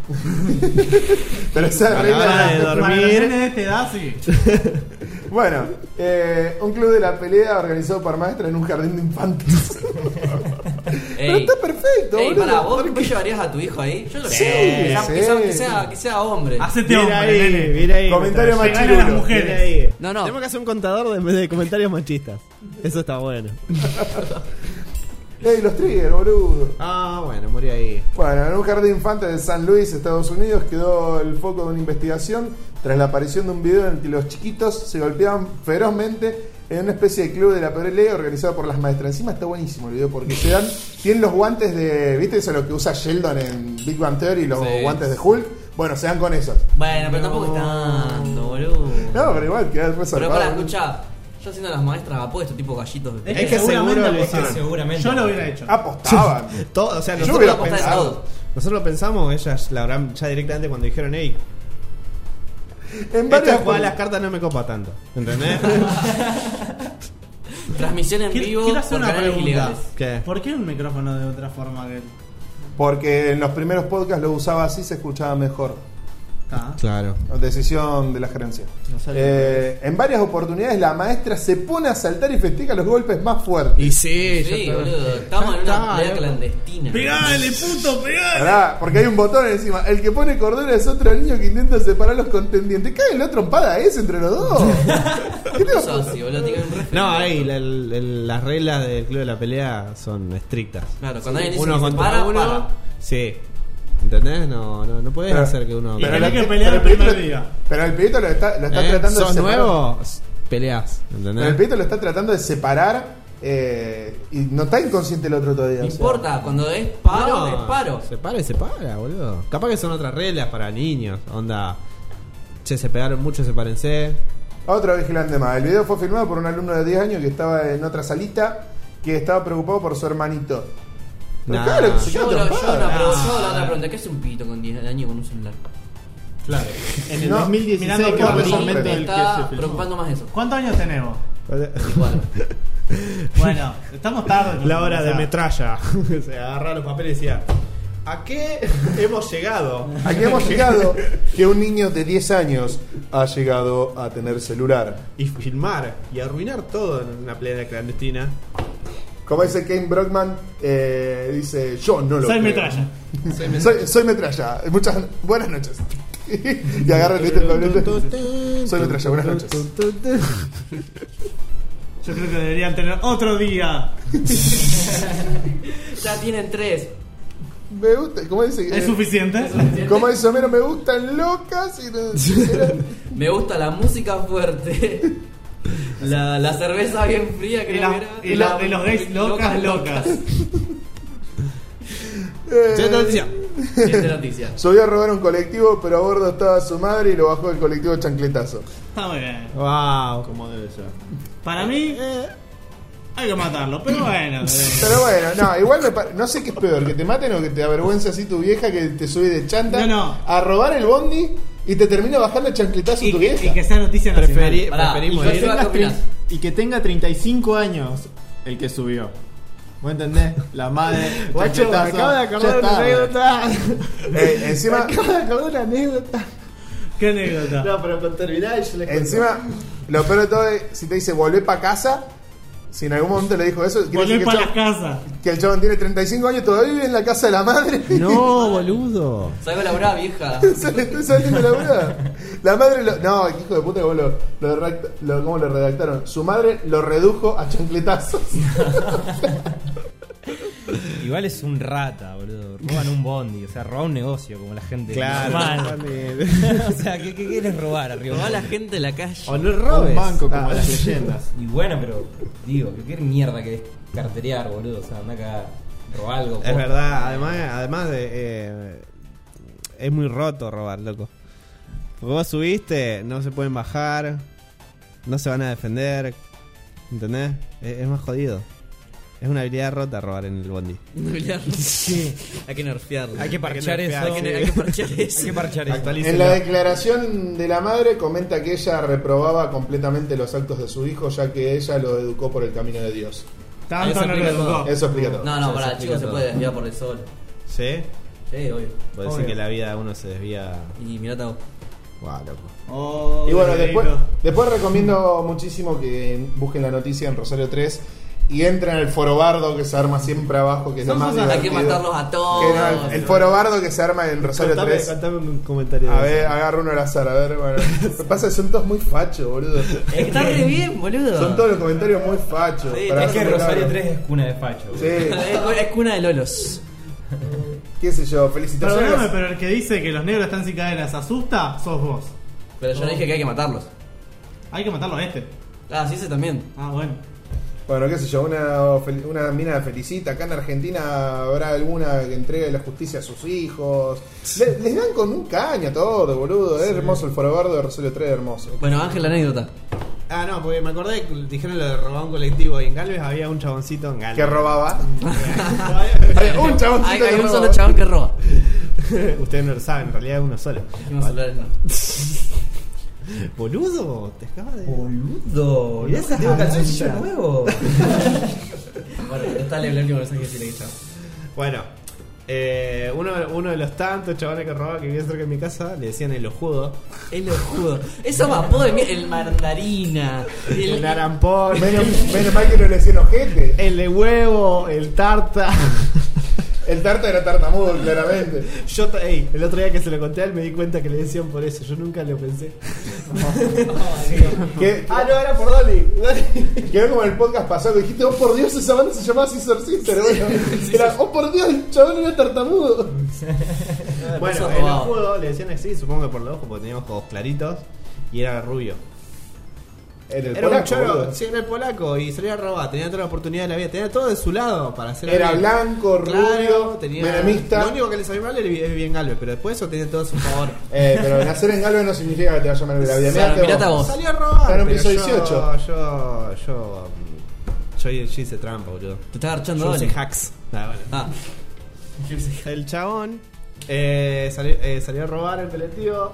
S2: Pero esa
S4: Para
S2: regla-
S4: nada de dormir.
S5: Para los nenes de esta edad, sí.
S2: Bueno, eh, un club de la pelea organizado por maestra en un jardín de infantes. Pero
S1: Ey.
S2: está perfecto,
S1: Ey,
S2: boludo.
S1: pará, ¿vos, vos llevarías a tu hijo ahí? Yo lo
S2: Sí,
S1: que sea,
S2: sí.
S1: que sea- que sea- que sea hombre.
S4: Ah,
S5: Hacete Este hombre, nene.
S4: ahí.
S2: Comentario
S4: Natalia.
S2: machista.
S5: Pegale a las
S2: Mira
S5: mujeres.
S4: ahí.
S1: No, no.
S4: Tenemos que hacer un contador de- en vez de comentarios machistas. Eso está bueno.
S2: Ey, los Trigger, boludo.
S4: Ah, bueno, murió ahí.
S2: Bueno, en un jardín de infantes de San Luis, Estados Unidos, quedó el foco de una investigación tras la aparición de un video en el que los chiquitos se golpeaban ferozmente en una especie de club de la pelea organizado por las maestras. Encima está buenísimo el video porque se dan, tienen los guantes de, ¿viste eso lo que usa Sheldon en Big Bang Theory, los
S1: Sí.
S2: guantes de Hulk? Bueno, se dan con esos.
S1: Bueno, pero tampoco es tanto, boludo.
S2: No, pero igual queda
S1: Pero
S2: resaltado.
S1: para escuchar, yo siendo las maestras apuesto tipo gallitos de
S6: Es
S4: que
S6: que seguro
S4: seguro lo
S6: lo
S4: hicieron.
S6: Seguramente.
S5: Yo lo hubiera hecho.
S2: Ah. Apostaban.
S4: Todo, o sea,
S2: Yo
S4: nosotros
S2: hubiera
S4: lo
S1: apostado
S4: pensamos.
S1: todo.
S4: Nosotros lo pensamos, ellas la habrán ya directamente cuando dijeron, hey,
S2: en
S4: esta
S2: varias
S4: jugada a las cartas no me copa tanto. ¿Entendés?
S1: Transmisión en
S5: Quiero-
S1: vivo
S5: quiero hacer
S1: por
S5: una
S1: canales
S5: pregunta.
S1: ilegales.
S4: ¿Qué?
S5: ¿Por qué un micrófono de otra forma que él?
S2: Porque en los primeros podcasts lo usaba así, se escuchaba mejor.
S5: Está.
S4: Claro.
S2: Decisión de la gerencia.
S5: No sale
S2: Eh, en varias oportunidades la maestra se pone a saltar y festeja los golpes más fuertes.
S4: Y sí, ya
S1: Sí,
S4: está.
S1: boludo. Estamos en
S4: Ya está,
S1: una pelea
S4: loco.
S1: clandestina.
S5: ¡Pegale, puto, pegale!
S2: ¿Verdad? Porque hay un botón encima. El que pone cordura es otro niño que intenta separar los contendientes. Cae la trompada ese entre los dos. ¿Qué te
S1: No
S2: pasa?
S1: sos así, boludo, te cae un refe-
S4: No, ahí la- la- las reglas del club de la pelea son estrictas.
S1: Claro, cuando alguien dice
S4: uno
S1: que se
S4: contra
S1: para,
S4: uno,
S1: para.
S4: sí. ¿Entendés? No, no, no puedes
S2: Pero-
S4: hacer que uno.
S5: Y
S4: ¿Eh?
S5: tenés
S2: la-
S5: que pelear
S2: pero
S5: el
S2: pibito-
S5: primer día.
S2: Pero el pibito lo está, lo está tratando de
S4: ¿Sos
S2: separar.
S4: nuevo? ¿Eh? Peleas.
S2: Pero el
S4: ¿Entendés?
S2: pibito lo está tratando de separar eh, y no está inconsciente el otro todavía.
S1: No
S2: o sea.
S1: importa, cuando es paro,
S4: No,
S1: es paro.
S4: Se para y se para, boludo. Capaz que son otras reglas para niños. Onda. Che, se pegaron mucho, sepárense.
S2: Otro vigilante más. El video fue filmado por un alumno de 10 años que estaba en otra salita que estaba preocupado por su hermanito. Pero
S4: Nah.
S2: claro, que se
S1: Yo,
S2: quedó
S1: la- yo,
S2: atrapado.
S1: la,
S4: Ah.
S1: yo la otra pregunta, ¿qué es un pito con 10 años con un celular?
S6: Claro.
S7: En el
S2: No,
S7: 2016,
S5: mirando
S7: que fue
S5: por
S7: el
S5: mí,
S7: momento
S1: me
S7: en el que se
S1: está
S7: filmó.
S1: preocupando más eso.
S5: ¿Cuántos años tenemos?
S1: Igual.
S5: Bueno, estamos tarde.
S4: La hora
S5: o
S4: de
S5: sea,
S4: metralla. se agarraba los papeles y decía: ¿A qué hemos llegado?
S2: Aquí hemos llegado que un niño de 10 años ha llegado a tener celular.
S4: y filmar y arruinar todo en una plena clandestina.
S2: Como dice Kane Brockman, eh, dice, yo no lo
S5: Soy
S2: creo".
S5: metralla.
S2: Soy, soy metralla. Muchas buenas noches. y agarra el este tablete. Soy metralla, buenas noches.
S5: Yo creo que deberían tener otro día.
S1: Ya tienen tres.
S2: Me gusta, ¿cómo dice?
S5: ¿Es suficiente?
S2: Como dice Homero, me gustan locas y no-
S1: Me gusta la música fuerte. La, la cerveza bien fría,
S5: Y,
S1: creo
S5: la-
S1: que era.
S5: y la- y los gays locas, locas.
S2: Eh,
S1: Siguiente noticia.
S2: Subió a robar un colectivo, pero a bordo estaba su madre y lo bajó del colectivo chancletazo.
S5: Está muy bien.
S4: Wow.
S7: Como debe ser.
S5: Para mí, eh, hay que matarlo, pero bueno. eh.
S2: Pero bueno, no, igual me par- no sé qué es peor, que te maten o que te avergüence así tu vieja que te sube de chanta
S5: No, no.
S2: a robar el bondi y te termina bajando el chancletazo
S5: Y,
S2: tu
S5: que-
S2: vieja.
S5: y que sea noticia nacional.
S4: Preferi-
S1: Pará,
S4: preferimos
S1: y yo
S4: ir.
S1: llevo a
S7: Tengas
S1: caminar.
S7: tre- y que tenga 35 años el que subió. ¿Vos entendés? La madre.
S4: Guacho, me
S7: chaquetazo,
S4: acabo de
S7: ya
S4: acordar una
S7: está,
S4: anécdota.
S2: Eh, encima,
S4: Acabo de acordar una anécdota.
S5: Qué anécdota.
S4: No, pero con terminar yo le cuento.
S2: encima, lo peor de todo es si te dice volvé para casa, si en algún momento le dijo eso, quiere decir
S5: Volver
S2: que,
S5: para
S2: el
S5: las
S2: chabón-
S5: casas.
S2: que el chabón tiene 35 años, todavía vive en la casa de la madre.
S4: No, boludo.
S1: Salgo a laburar, vieja.
S2: Sale- estoy saliendo la verdad. La madre lo. No, hijo de puta que vos lo, lo redacta- lo- ¿Cómo lo redactaron? Su madre lo redujo a chancletazos.
S6: Igual es un rata, boludo. Roban un bondi, o sea, roba un negocio como la gente. normal. o sea, ¿qué, qué quieres robar arriba?
S1: Robá a la gente de la calle.
S4: O no
S7: Un
S4: robes.
S7: banco como
S4: Ah.
S7: las leyendas.
S6: Y bueno, pero digo, ¿qué qué mierda que es carterear, boludo? O sea, anda acá, roba algo.
S4: Es
S6: po.
S4: verdad, además, además de. eh, es muy roto robar, loco. Porque vos subiste, no se pueden bajar, no se van a defender. ¿Entendés? Es, es más jodido. Es una habilidad rota robar en el bondi.
S1: Hay que nerfearlo.
S6: Hay que parchar
S4: Hay que
S6: eso.
S4: nerfear, sí.
S1: Hay que parchar eso.
S6: Hay que parchar eso.
S2: en la declaración de la madre comenta que ella reprobaba completamente los actos de su hijo, ya que ella lo educó por el camino de Dios.
S5: Tanto
S1: Eso
S5: no
S1: explica
S5: lo
S1: todo.
S5: dudó.
S2: Eso explica todo.
S1: No, no, pará,
S6: explica
S1: chicos, se
S6: todo.
S1: puede desviar por el sol.
S4: ¿Sí?
S1: Sí, obvio.
S4: Puede
S7: Obvio.
S4: decir que la vida de uno se desvía.
S1: Y mirá, Tavo.
S4: Guau, loco.
S5: Oh,
S2: Y bueno,
S5: Federico.
S2: después, después recomiendo muchísimo que busquen la noticia en Rosario 3 y entren al forobardo que se arma siempre abajo, que es lo
S5: Son
S2: más
S5: cosas-
S2: divertido.
S1: Hay que matarlos a todos.
S2: Que no, el, el forobardo que se arma en Rosario
S4: Contame,
S2: 3.
S4: contame un comentario.
S2: A ver, agarro uno al azar, a ver, bueno. Me pasa que son todos muy fachos, boludo.
S1: Está re bien, boludo.
S2: Son todos los comentarios muy fachos.
S1: Sí,
S2: Pará,
S1: es que
S2: son
S6: Rosario
S2: cabros.
S6: 3 es cuna de facho.
S2: Sí,
S1: Es cu- es cuna de Lolos.
S2: qué sé yo, felicitaciones.
S5: Perdóname, pero el que dice que los negros están sin cadenas asusta, sos vos.
S1: Pero yo no dije que hay que matarlos.
S5: Hay que matarlo a este.
S1: Ah, sí, ese también.
S5: Ah, bueno.
S2: Bueno, qué sé yo, una, fel- una mina felicita. Acá en Argentina habrá alguna que entregue la justicia a sus hijos. Le- les dan con un caño todo, boludo. Es hermoso el forobardo de Rosario 3, hermoso.
S1: Bueno, Ángel, la anécdota.
S4: Ah, no, porque me acordé, dijeron lo de robar un colectivo y en Galvez había un chaboncito en Galvez.
S2: Que robaba. Había un chabón
S1: Hay, hay un solo
S2: robaba.
S1: chabón que roba.
S4: Ustedes no lo saben, en realidad es uno solo.
S1: No, celulares no.
S4: Boludo, te acabas de.
S6: Boludo, mirá ese tengo calzoncillo nuevo.
S1: Bueno, está el último mensaje que tiene que echar.
S4: Bueno, eh, uno, uno de los tantos chavales que robaba que vivía cerca de mi casa le decían el ojudo.
S1: El ojudo. Eso más puedo decir. El mandarina.
S4: El
S1: El,
S4: arampón,
S2: Menos, menos mal que no le decían ojete.
S4: el de huevo, el tarta.
S2: El tarta era tartamudo, claramente.
S4: Yo, ta- ey, el otro día que se lo conté a él me di cuenta que le decían por eso. Yo nunca lo pensé.
S2: Que-
S4: Ah, no, era por Dolly.
S2: Quedó como en el podcast pasado que dijiste, oh por Dios, esa banda se llamaba Scissor Sister. Bueno, era, oh por Dios, el chabón era tartamudo.
S4: bueno,
S1: Eso
S4: el
S1: robaba.
S4: ojudo le decían así, supongo que por los ojos, porque tenía ojos claritos y era rubio.
S2: Era el
S4: Era
S2: polaco,
S4: un choro,
S2: boludo.
S4: sí, era el polaco y salía a robar, tenía toda la oportunidad de la vida, tenía todo de su lado para hacer
S2: Era
S4: algo.
S2: blanco, rubio,
S4: tenía-
S2: menemista.
S4: Lo único que le salió mal era es bien Galvez, pero después eso tenía todo a su favor.
S2: Eh, pero nacer en Galvez no significa que te vaya mal en la vida.
S1: Claro,
S2: Mirate
S1: mirate a vos.
S4: Salió a robar.
S2: Claro,
S4: pero
S2: empezó
S4: yo-
S2: 18.
S4: Yo, yo, yo, mm, yo hice trampa, boludo.
S1: Te está garchando
S4: Yo hice
S1: Dolly.
S4: hacks. Ah, bueno.
S1: Ah,
S4: El chabón eh, salió, eh, salió a robar el colectivo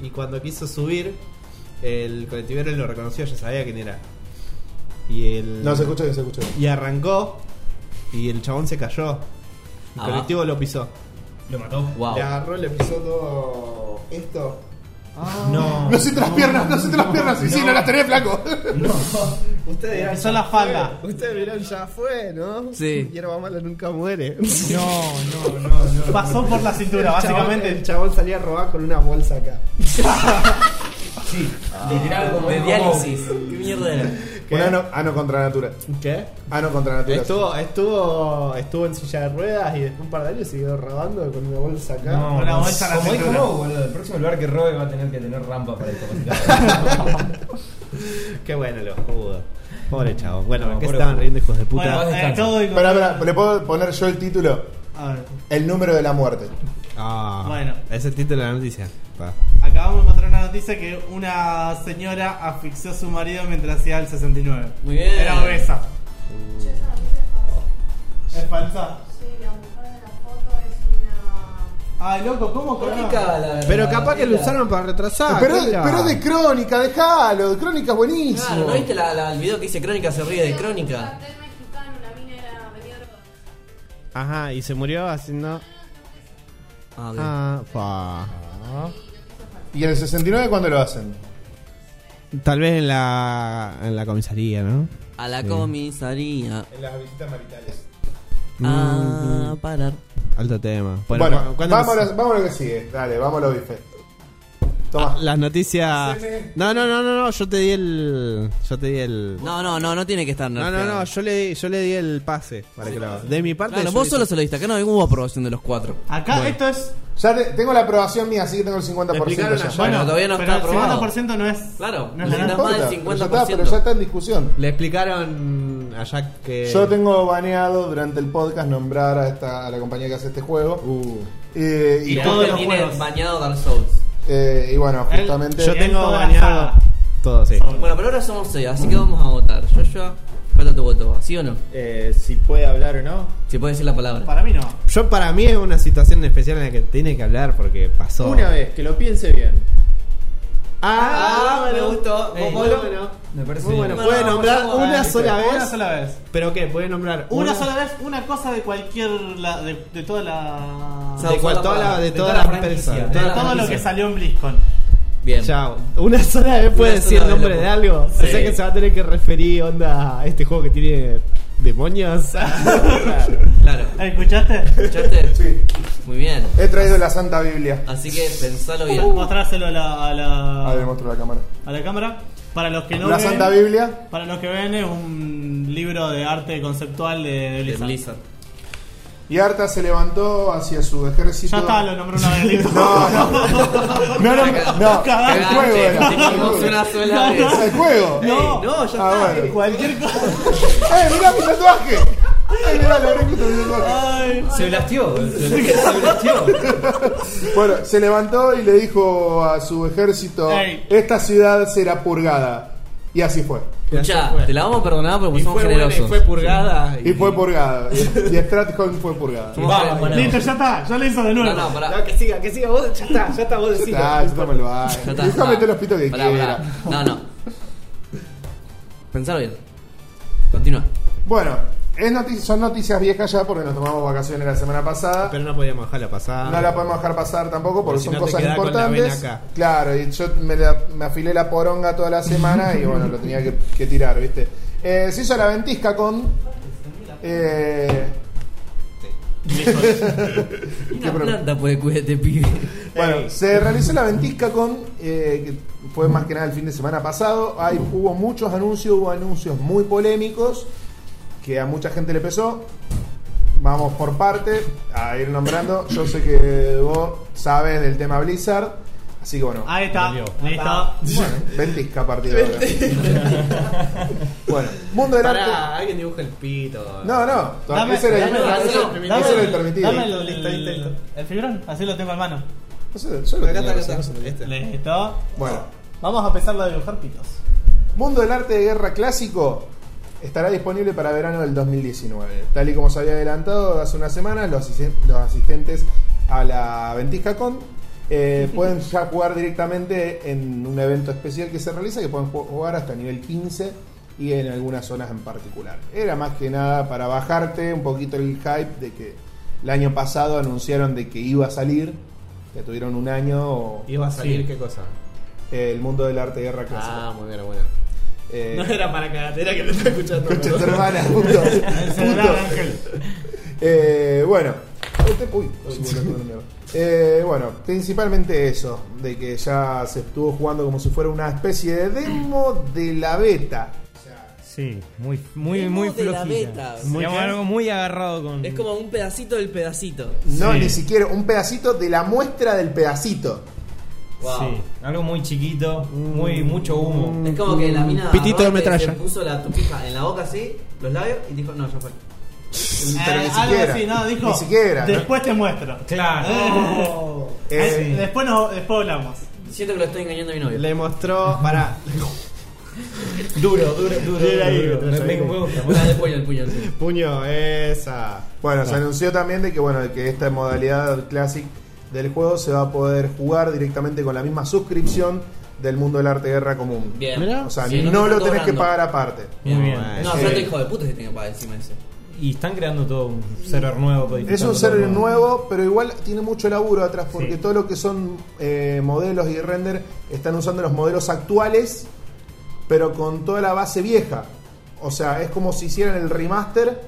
S4: y cuando quiso subir, el colectivero lo reconoció, ya sabía quién era. Y el,
S2: No, se escucha bien, se escucha
S4: Y arrancó y el chabón se cayó. El
S1: Ah,
S4: colectivo lo pisó.
S6: Lo mató.
S1: wow.
S4: Le agarró, le pisó todo esto. no.
S2: No siento las piernas, no siento las piernas. Y sí, no las tenés, flaco.
S4: Ustedes dirán,
S5: Empezó la
S4: "Ya
S5: falda".
S4: fue". Ustedes dirán, ya fue, ¿no?
S1: Sí.
S4: Hierba mala nunca muere.
S5: No, no, no, no. Pasó por la cintura,
S4: El chabón-
S5: básicamente.
S4: el chabón salía a robar con una bolsa acá.
S6: Literal como
S1: De diálisis. ¿Qué mierda era?
S2: Un ano, ano contra natura.
S4: ¿Qué?
S2: Ano contra natura.
S4: Estuvo, estuvo, estuvo en silla de ruedas y después un par de años siguió robando con una bolsa acá.
S6: No,
S5: Con la
S6: no,
S5: bolsa a la
S6: como
S5: cintura.
S6: dijo vos, boludo, el próximo lugar que robe va a tener que tener rampa para discapacitar.
S4: Qué bueno los judos. Pobre chabón. Bueno,
S6: No,
S4: ¿qué
S6: pobre
S4: estaban
S6: judo.
S4: riendo hijos de puta?
S5: Bueno,
S6: Vos
S5: eh,
S6: descansa.
S5: acabo de
S2: Espera, espera, ¿le puedo poner yo el título?
S5: A ver,
S2: El número de la muerte.
S4: Ah,
S5: Bueno.
S4: Es el título de la noticia. Pa.
S5: acabamos de encontrar una noticia que una señora asfixió a su marido mientras hacía el 69.
S1: Muy bien.
S5: Era obesa.
S8: Yo esa noticia es falsa.
S5: ¿Es falsa?
S8: Sí, la mujer de la foto es una.
S5: Ay, loco, ¿cómo
S1: Lógica, la-
S4: Pero
S1: la-
S4: capaz que lo
S1: la-
S4: usaron para retrasar.
S2: pero,
S4: cola.
S2: pero es de crónica, dejalo. De crónica es buenísimo.
S1: Claro, ¿no viste la, la- el video que dice Crónica se ríe de
S8: Un
S1: Crónica?
S8: cartel mexicano, la mina era venía droga.
S4: Ajá, y se murió haciendo.
S1: Ah, ok.
S4: Ah, fa.
S2: ¿Y el 69 cuándo lo hacen?
S4: Tal vez en la, en la comisaría, ¿no?
S1: A la
S4: Sí.
S1: comisaría.
S2: En las visitas maritales.
S6: Mm.
S1: A parar.
S4: Alto tema.
S2: Bueno,
S4: cu- ¿cuándo
S2: vamos,
S4: nos-
S2: a, vamos a lo que sigue. Dale, vamos a lo bife. Toma.
S4: Ah, las noticias.
S2: Haceme-
S4: No, no, no, no, no, yo te di el. Yo te di el.
S1: No, no, no, no tiene que estar.
S4: No, no, no, yo le di, yo le di el pase para que lo haga. De mi parte.
S1: Claro,
S4: yo
S1: vos
S4: le-
S1: solo se lo diste. Acá no hubo aprobación de los cuatro.
S6: Ah,
S5: Acá esto es.
S2: Ya te- tengo la aprobación mía, así que tengo el 50%
S4: Explicaron
S2: ya.
S4: ayer.
S1: Bueno, todavía no
S5: pero
S1: está aprobado.
S5: el 50% no es.
S1: Claro,
S5: no es
S1: le
S5: la
S1: das
S5: nota.
S1: más del
S2: pero ya está,
S1: 50%.
S2: pero ya está en discusión.
S4: Le explicaron a Jack que.
S2: Yo tengo baneado durante el podcast nombrar a, esta, a la compañía que hace este juego.
S4: Uh,
S2: Eh, y,
S5: Y todos los
S1: tiene
S5: juegos.
S1: bañado Dark Souls.
S2: eh, y bueno,
S5: Él-
S2: justamente.
S4: Yo
S5: Él
S4: tengo
S5: toda la
S4: baneado.
S5: saga.
S4: Todo, sí.
S5: Sobre.
S1: Bueno, pero ahora somos seis, así que vamos a votar. Yo, yo, falta tu voto, ¿sí o no?
S7: Eh, si puede hablar o no.
S1: Si puedes decir la palabra.
S5: Para mí no.
S4: Yo, para mí, es una situación especial en la que tiene que hablar porque pasó.
S7: Una vez, que lo piense bien.
S4: Ah,
S1: me gustó.
S4: Ey,
S1: Popolo.
S4: bueno.
S6: Me parece
S4: Muy bueno.
S1: No,
S4: Puede
S1: no,
S4: nombrar
S1: vamos a
S4: una
S1: ver,
S4: sola vez.
S5: Una sola vez.
S4: ¿Pero qué? Puede nombrar
S5: Una sola vez, una cosa de cualquier. la- de, de toda la.
S1: O sea,
S4: De,
S1: Toda
S4: cual- toda
S1: la-
S4: la- de
S1: de
S4: todas
S1: toda
S4: las
S1: la franquicia.
S4: personas.
S5: de
S1: toda la
S5: todo lo
S1: franquicia.
S5: que salió en BlizzCon.
S1: Bien.
S4: Chao. Una sola vez puede
S1: Una sola
S4: decir
S1: vez,
S4: nombre
S1: loco.
S4: de algo. O
S1: Sí.
S4: sea que se va a tener que referir, onda, a este juego que tiene demonios.
S1: Claro.
S5: ¿Escuchaste?
S1: ¿Escuchaste?
S2: Sí.
S1: Muy bien.
S2: He traído la Santa Biblia.
S1: Así que pensalo
S4: Uh,
S1: bien.
S5: Mostrárselo a la, a la,
S2: A ver, muestro la cámara.
S5: a la cámara. Para los que no
S2: La
S5: ven,
S2: Santa Biblia.
S5: para los que ven es un libro de arte conceptual de, de
S1: De
S5: Blizzard.
S1: Blizzard.
S2: Y Arta se levantó hacia su ejército.
S5: Ya está, lo nombró una vez listo.
S2: No, no. No, no, no. El
S1: Cagaste,
S2: juego era.
S1: Tenemos una sola vez.
S2: El juego.
S1: Ey, no, ya
S2: Ah,
S1: está.
S2: bueno.
S5: Eh, Cualquier cosa.
S2: ¡Eh, mirá mi tatuaje! ¡Eh, mirá la oreja de mi tatuaje!
S5: Ay.
S6: Se blasteó. Se se blasteó.
S2: Bueno, se levantó y le dijo a su ejército:
S5: Ey.
S2: Esta ciudad será purgada. Y así fue.
S1: Escuchá, te la vamos a perdonar porque
S4: Y
S1: somos
S4: fue, buena, y
S1: generosos.
S4: fue purgada.
S2: Y fue purgada. Y, y Stratholm fue purgada.
S1: Somos
S6: Vamos,
S1: gener-
S5: Listo, ya está, ya lo hizo de nuevo.
S1: No, no, pará.
S4: No, que siga, que siga vos. Ya está, ya está vos decís.
S2: Ah, yo me lo va.
S1: Ya está,
S2: Déjame
S1: pará.
S2: meter los pitos que
S1: Pará,
S2: quiera.
S1: pará. No, no. Pensalo bien. Continúa.
S2: Bueno, es noticia- son noticias viejas ya porque nos tomamos vacaciones la semana pasada.
S4: Pero no podíamos dejarla pasar.
S2: No la podemos dejar pasar tampoco porque
S4: Porque Ah. si
S2: son
S4: no te
S2: cosas
S4: quedás con la
S2: importantes.
S4: vena acá.
S2: Claro, y yo me, la- me afilé la poronga toda la semana y bueno, lo tenía que, que tirar, ¿viste? Eh, se hizo la ventisca con. eh,
S1: Una
S2: pro-
S1: planta por el culo de este pibe.
S2: bueno, se realizó la ventisca con. eh, que fue más que nada el fin de semana pasado. Hay, hubo muchos anuncios, hubo anuncios muy polémicos que a mucha gente le pesó. Vamos por parte a ir nombrando. Yo sé que vos sabes del tema Blizzard, así que bueno.
S5: Ahí está, listo.
S2: Bueno, ventisca a partir de ahora. bueno, mundo del
S4: Pará,
S2: arte.
S4: alguien dibuja el pito.
S2: No, no, todavía
S5: Dame-
S2: ese era el-
S5: dame-
S2: ese-
S5: dame-
S2: ese era el permitido.
S5: Dame el,
S4: Listo, listo, listo.
S5: el fibrón, así lo tengo en mano.
S2: No sé, yo lo
S4: Acá
S2: tenía,
S4: está, acá
S2: no sé,
S4: está.
S2: no sé.
S4: Este.
S5: Listo.
S2: Bueno,
S5: Vamos a empezar a dibujar pitos.
S2: Mundo del arte de guerra clásico estará disponible para verano del 2019. Tal y como se había adelantado hace unas semanas, los, asisten- los asistentes a la Ventisca Con eh, pueden ya jugar directamente en un evento especial que se realiza, que pueden ju- jugar hasta nivel 15 y en algunas zonas en particular. Era más que nada para bajarte un poquito el hype de que el año pasado anunciaron de que iba a salir, que tuvieron un año
S4: Iba a salir
S5: Sí.
S4: qué cosa.
S2: eh, el mundo del arte de guerra clásico.
S4: Ah, muy bien, bueno.
S2: Eh,
S4: No era para cagatera que lo está escuchando.
S2: Concha tu hermana, puto.
S5: El celular,
S2: Puto.
S5: Ángel.
S2: Eh, bueno. Usted- uy, uy, boludo, todo el mierda. Eh, bueno, principalmente eso, de que ya se estuvo jugando como si fuera una especie de demo de la beta.
S6: Sí, muy, muy,
S1: Demo
S6: muy
S1: de la
S6: flojita.
S1: beta.
S6: Muy
S5: ¿Qué?
S6: algo muy agarrado con.
S1: Es como un pedacito del pedacito.
S2: No,
S5: Sí.
S2: ni siquiera un pedacito de la muestra del pedacito.
S5: Eh,
S1: Wow.
S6: Sí, algo muy chiquito, muy mucho humo.
S1: Es como que la mina
S4: Mm. Pitito de
S1: agarró y
S4: metralla.
S1: se puso la tupija en la boca así, los labios y dijo, "No, ya fue."
S2: Pero
S5: Eh,
S2: ni
S5: algo
S2: siquiera.
S5: así, no, dijo.
S2: Ni siquiera. ¿no?
S5: Después te muestro.
S6: Claro.
S5: Eh,
S2: Eh,
S5: Después, no, después hablamos.
S1: Siento que lo estoy engañando a mi novio.
S4: Le mostró. Pará. duro, duro, duro. duro, duro.
S6: Me- me- me gusta, me
S1: Ah,
S6: gusta.
S1: de puño, el puño, el puño.
S4: Puño, esa.
S2: Bueno, se anunció también de que bueno, de que esta modalidad classic del juego se va a poder jugar directamente con la misma suscripción del mundo del arte de guerra común.
S1: Bien.
S4: Mirá.
S2: O sea,
S1: Sí,
S2: no,
S1: no
S2: lo
S1: está
S2: tenés que
S1: cobrando.
S2: pagar aparte.
S6: Muy
S4: Muy
S6: bien.
S4: bueno.
S1: No,
S2: Sí.
S1: aparte hijo de puta se tiene que pagar encima ese.
S6: Y están creando todo un server nuevo.
S2: Es
S6: codificando
S2: un
S6: todo
S2: server nuevo, pero igual tiene mucho laburo atrás porque
S6: Sí.
S2: todo lo que son eh, modelos y render están usando los modelos actuales, pero con toda la base vieja. O sea, es como si hicieran el remaster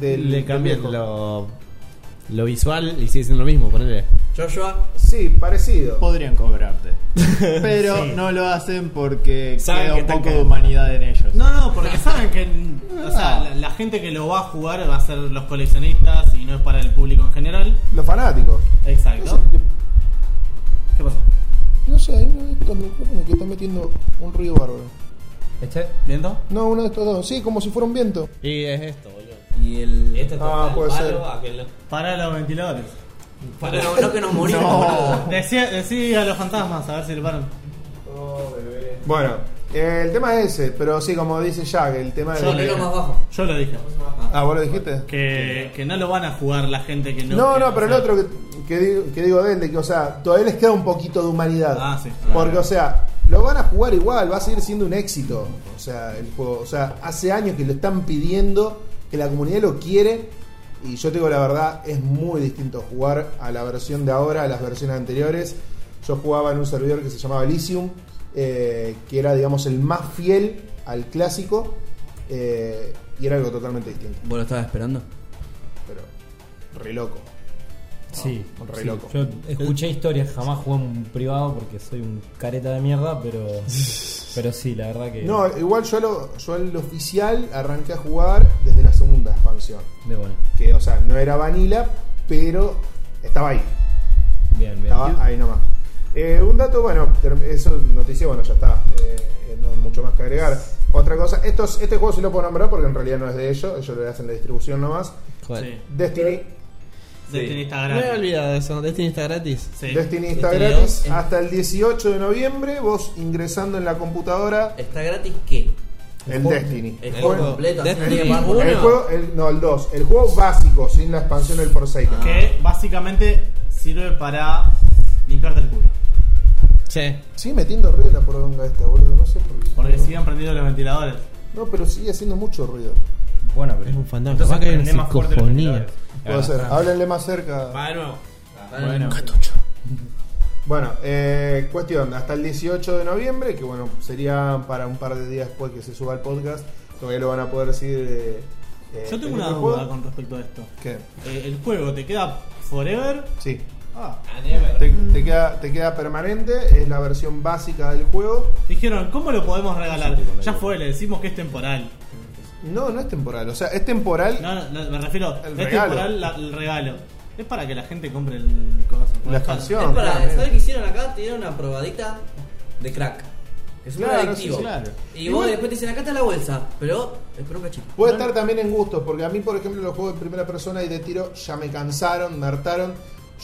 S2: del.
S4: Le
S2: del
S4: cambian
S2: viejo.
S4: lo, lo visual y sigue siendo lo mismo, ponele.
S1: Joshua,
S2: Sí, parecido.
S7: Podrían cobrarte. Pero no lo hacen porque
S4: Saben que
S7: queda un
S4: están
S7: poco de
S4: cagando.
S7: humanidad en ellos.
S5: No, no, porque saben que o sea,
S2: Ah.
S5: la, la gente que lo va a jugar va a ser los coleccionistas y no es para el público en general.
S2: Los fanáticos.
S5: Exacto. ¿Qué pasó?
S2: No sé, eh, uno de estos micrófonos que está metiendo un ruido bárbaro.
S6: Este-
S5: ¿Viento?
S2: No, uno de estos dos. Sí, como si fuera un viento.
S4: Y es esto, boludo.
S1: y el. Este
S2: Ah, puede ser.
S5: Para los ventiladores.
S1: Para, no, no que nos morimos.
S2: Oh.
S1: boludo.
S5: Decía, decía a los fantasmas, a ver si le paran.
S2: Bueno, eh, el tema es ese, pero sí, como dice Jack, el tema de.
S1: Ponelo más bajo.
S5: Yo lo dije.
S1: Ah.
S2: Ah, vos lo dijiste.
S5: Que, que no lo van a jugar la gente que no.
S2: No,
S5: que-
S2: no, pero el otro que, que digo, que digo de él, de que, o sea, todavía les queda un poquito de humanidad.
S5: Ah, sí.
S2: Porque, o sea, lo van a jugar igual, va a seguir siendo un éxito. O sea, el juego, o sea, hace años que lo están pidiendo, que la comunidad lo quiere. Y yo te digo la verdad, es muy distinto jugar a la versión de ahora, a las versiones anteriores. Yo jugaba en un servidor que se llamaba Elysium, eh, que era, digamos, el más fiel al clásico. eh, y era algo totalmente distinto,
S1: ¿Vos lo estabas esperando?
S2: pero re loco.
S6: Sí,
S2: re
S6: sí.
S2: loco.
S6: Yo escuché historias, jamás jugué en privado porque soy un careta de mierda, pero. Pero sí, la verdad que.
S2: No, igual yo, lo, yo el oficial arranqué a jugar desde la segunda expansión.
S6: De buena.
S2: Que, o sea, no era Vanilla, pero estaba ahí.
S6: Bien, bien.
S2: Estaba ahí nomás. Eh, un dato, bueno, ter- eso es noticia, bueno, ya está. eh, eh, no hay mucho más que agregar. Otra cosa, estos, este juego sí lo puedo nombrar porque en realidad no es de ellos, ellos lo hacen la distribución nomás.
S4: Joder.
S5: Sí.
S2: Destiny,
S5: Destiny
S4: Me
S5: está
S4: he
S5: gratis.
S4: olvidado de eso. Destiny está gratis.
S5: este Sí.
S2: Destiny está
S1: Destiny
S2: gratis
S1: dos, eh.
S2: hasta el 18 de noviembre, vos ingresando en la computadora
S1: ¿Está gratis qué?
S2: el Destiny.
S1: El
S4: El
S1: juego
S4: juego.
S1: completo. así que
S4: Destiny
S1: tiene que pagar
S4: uno.
S1: por
S2: El
S1: uno.
S2: juego, el- no, el 2, el juego básico, sin la expansión del Forsaken.
S5: Que básicamente sirve para limpiarte el culo.
S4: Che.
S2: Sigue metiendo ruido la poronga esta, boludo. No sé por qué.
S5: Porque siguen prendidos los ventiladores.
S2: No, pero sigue haciendo mucho ruido.
S6: Bueno, pero.
S4: Es un fantasma.
S6: Entonces,
S4: Capaz que hay una
S6: prende más fuerte los
S4: psicofonía.
S6: ventiladores.
S2: Puede ser. Háblenle más cerca.
S4: de nuevo.
S1: bueno.
S2: Bueno, eh, cuestión. Hasta el 18 de noviembre, que bueno, sería para un par de días después que se suba el podcast. Todavía lo van a poder seguir. eh, eh,
S5: Yo tengo
S2: en
S5: una
S2: este
S5: duda
S2: juego.
S5: con respecto a esto.
S2: ¿Qué?
S5: Eh, ¿El juego te queda forever?
S2: Sí.
S5: Ah.
S2: Te, te queda, te queda permanente, es la versión básica del juego.
S5: Dijeron, ¿cómo lo podemos regalar? Ya fue, le decimos que es temporal.
S2: No, no es temporal. O sea, es temporal.
S5: No, no, no, me refiero,
S2: El
S5: es
S2: regalo.
S5: temporal la- el regalo. Es para que la gente compre el coso.
S2: La
S5: Es para-
S2: expansión.
S1: Es para,
S2: claramente.
S1: ¿sabes qué hicieron acá? Te dieron una probadita de crack. Que es un
S2: Claro,
S1: adictivo.
S2: sí, claro.
S1: Y
S2: Igual-
S1: vos después te dicen, acá está la bolsa. Pero, espera un cachito.
S2: Puede estar también en gustos, porque a mí, por ejemplo, los juegos de primera persona y de tiro ya me cansaron, me hartaron.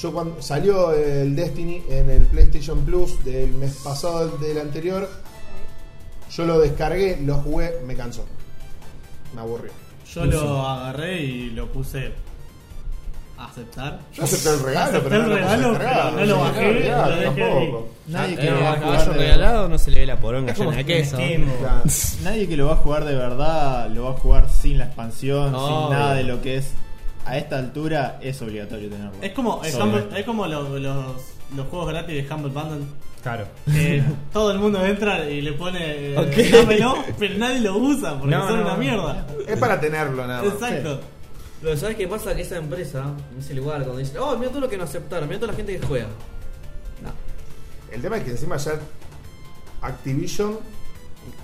S2: Yo cuando salió el Destiny en el PlayStation Plus del mes pasado del anterior, yo lo descargué, lo jugué, me cansó. Me aburrió.
S5: Yo lo agarré y lo puse a aceptar.
S2: Yo acepté el regalo,
S5: Acepté
S2: pero
S5: el
S2: no,
S5: regalo,
S2: lo puse descargado,
S5: pero no lo
S2: acepté el
S5: bajé,
S2: regalo
S5: lo dejé
S2: tampoco.
S7: Nadie
S4: Eh,
S7: que lo va a
S4: al
S7: jugar.
S4: caballo
S7: de-
S4: regalado no se le ve la poronga
S6: Ah, Es como
S4: llena de
S6: que en
S4: queso.
S6: Steam.
S2: Claro.
S7: Nadie que lo va a jugar de verdad lo va a jugar sin la expansión,
S4: Obvio.
S7: sin nada de lo que es. A esta altura es obligatorio tenerlo.
S5: Es como, el
S7: Sí.
S5: Humble- es como los, los- los juegos gratis de Humble Bundle.
S6: Claro.
S5: que Eh, todo el mundo entra y le pone eh,
S4: Ok.
S5: dámelo, pero nadie lo usa porque
S6: No,
S5: son
S6: no.
S5: una mierda.
S2: Es para tenerlo nada más.
S5: Exacto.
S1: Pero ¿sabes qué pasa? Que esa empresa, en ese lugar, cuando dicen, oh, mira todo lo que no aceptaron, mira toda la gente que juega. No.
S2: El tema es que encima ya Activision,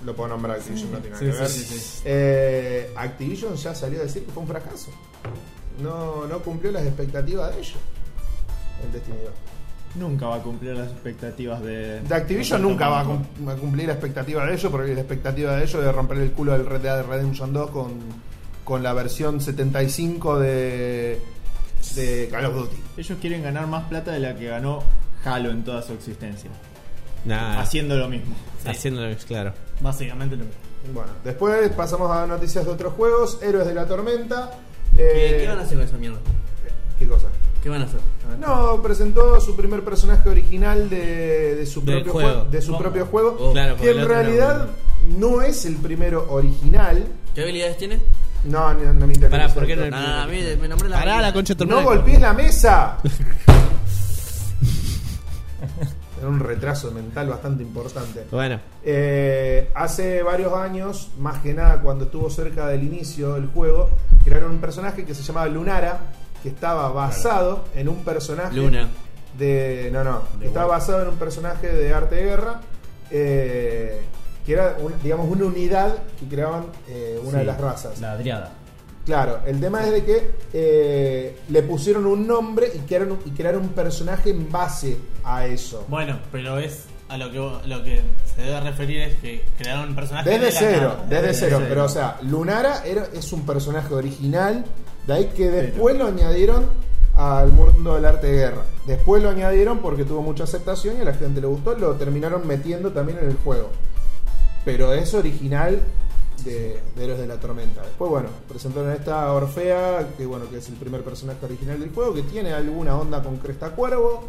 S2: lo puedo nombrar Activision, no tiene nada
S5: sí,
S2: que ver.
S5: sí, sí, sí.
S2: Eh, Activision ya salió a decir que fue un fracaso. No, no cumplió las expectativas de ellos. El Destiny 2.
S7: Nunca va a cumplir las expectativas de.
S2: De Activision
S7: de-
S2: nunca va a, cum- a cumplir la expectativa de ellos, porque la expectativa de ellos es romper el culo del Red Dead Redemption 2 con, con la versión 75 de, de Call of Duty.
S7: Ellos quieren ganar más plata de la que ganó Halo en toda su existencia.
S4: Nah,
S7: Haciendo lo mismo.
S4: haciéndolo, claro.
S5: Básicamente lo mismo.
S2: Bueno, después pasamos a noticias de otros juegos. Héroes de la Tormenta.
S1: ¿Qué,
S2: eh,
S1: qué van a hacer con esa mierda?
S2: ¿Qué cosa?
S1: ¿Qué van a hacer?
S2: No, presentó su primer personaje original de, de su,
S4: Del
S2: propio,
S4: juego.
S2: jue- de su
S5: Oh.
S2: propio juego.
S1: Oh.
S4: Claro, porque
S2: que
S4: el
S2: en
S4: otro era
S2: realidad
S4: un-
S2: no es el primero original.
S1: ¿Qué habilidades tiene?
S2: No, no, no me interesa.
S4: Pará, ¿por qué no-
S1: No, no, no, mire, me nombré la.
S4: Pará la concha de tu
S2: No
S4: hermana.
S2: golpees la mesa. Era un retraso mental bastante importante.
S4: Bueno,
S2: Eh, hace varios años, más que nada cuando estuvo cerca del inicio del juego, crearon un personaje que se llamaba Lunara, que estaba basado en un personaje
S1: Luna.
S2: de. No, no. estaba basado en un personaje de arte de guerra. eh, que era, un- digamos, una unidad que creaban eh, una
S6: Sí,
S2: de las razas.
S6: La Adriada.
S2: Claro, el tema es de que eh, le pusieron un nombre y crearon, y crearon un personaje en base a eso.
S5: Bueno, pero es a lo que vos- lo que se debe referir es que crearon un personaje
S2: Desde
S5: de la
S2: cero,
S5: nada. eh,
S2: desde cero.
S7: cero.
S2: Pero, o sea, Lunara era, es un personaje original. De ahí que después lo añadieron al mundo del arte de guerra. Después lo añadieron porque tuvo mucha aceptación y a la gente le gustó. Lo terminaron metiendo también en el juego. Pero es original de, de Héroes de la Tormenta. Después, bueno, presentaron a esta Orfea, que bueno, que es el primer personaje original del juego, que tiene alguna onda con Cresta Cuervo.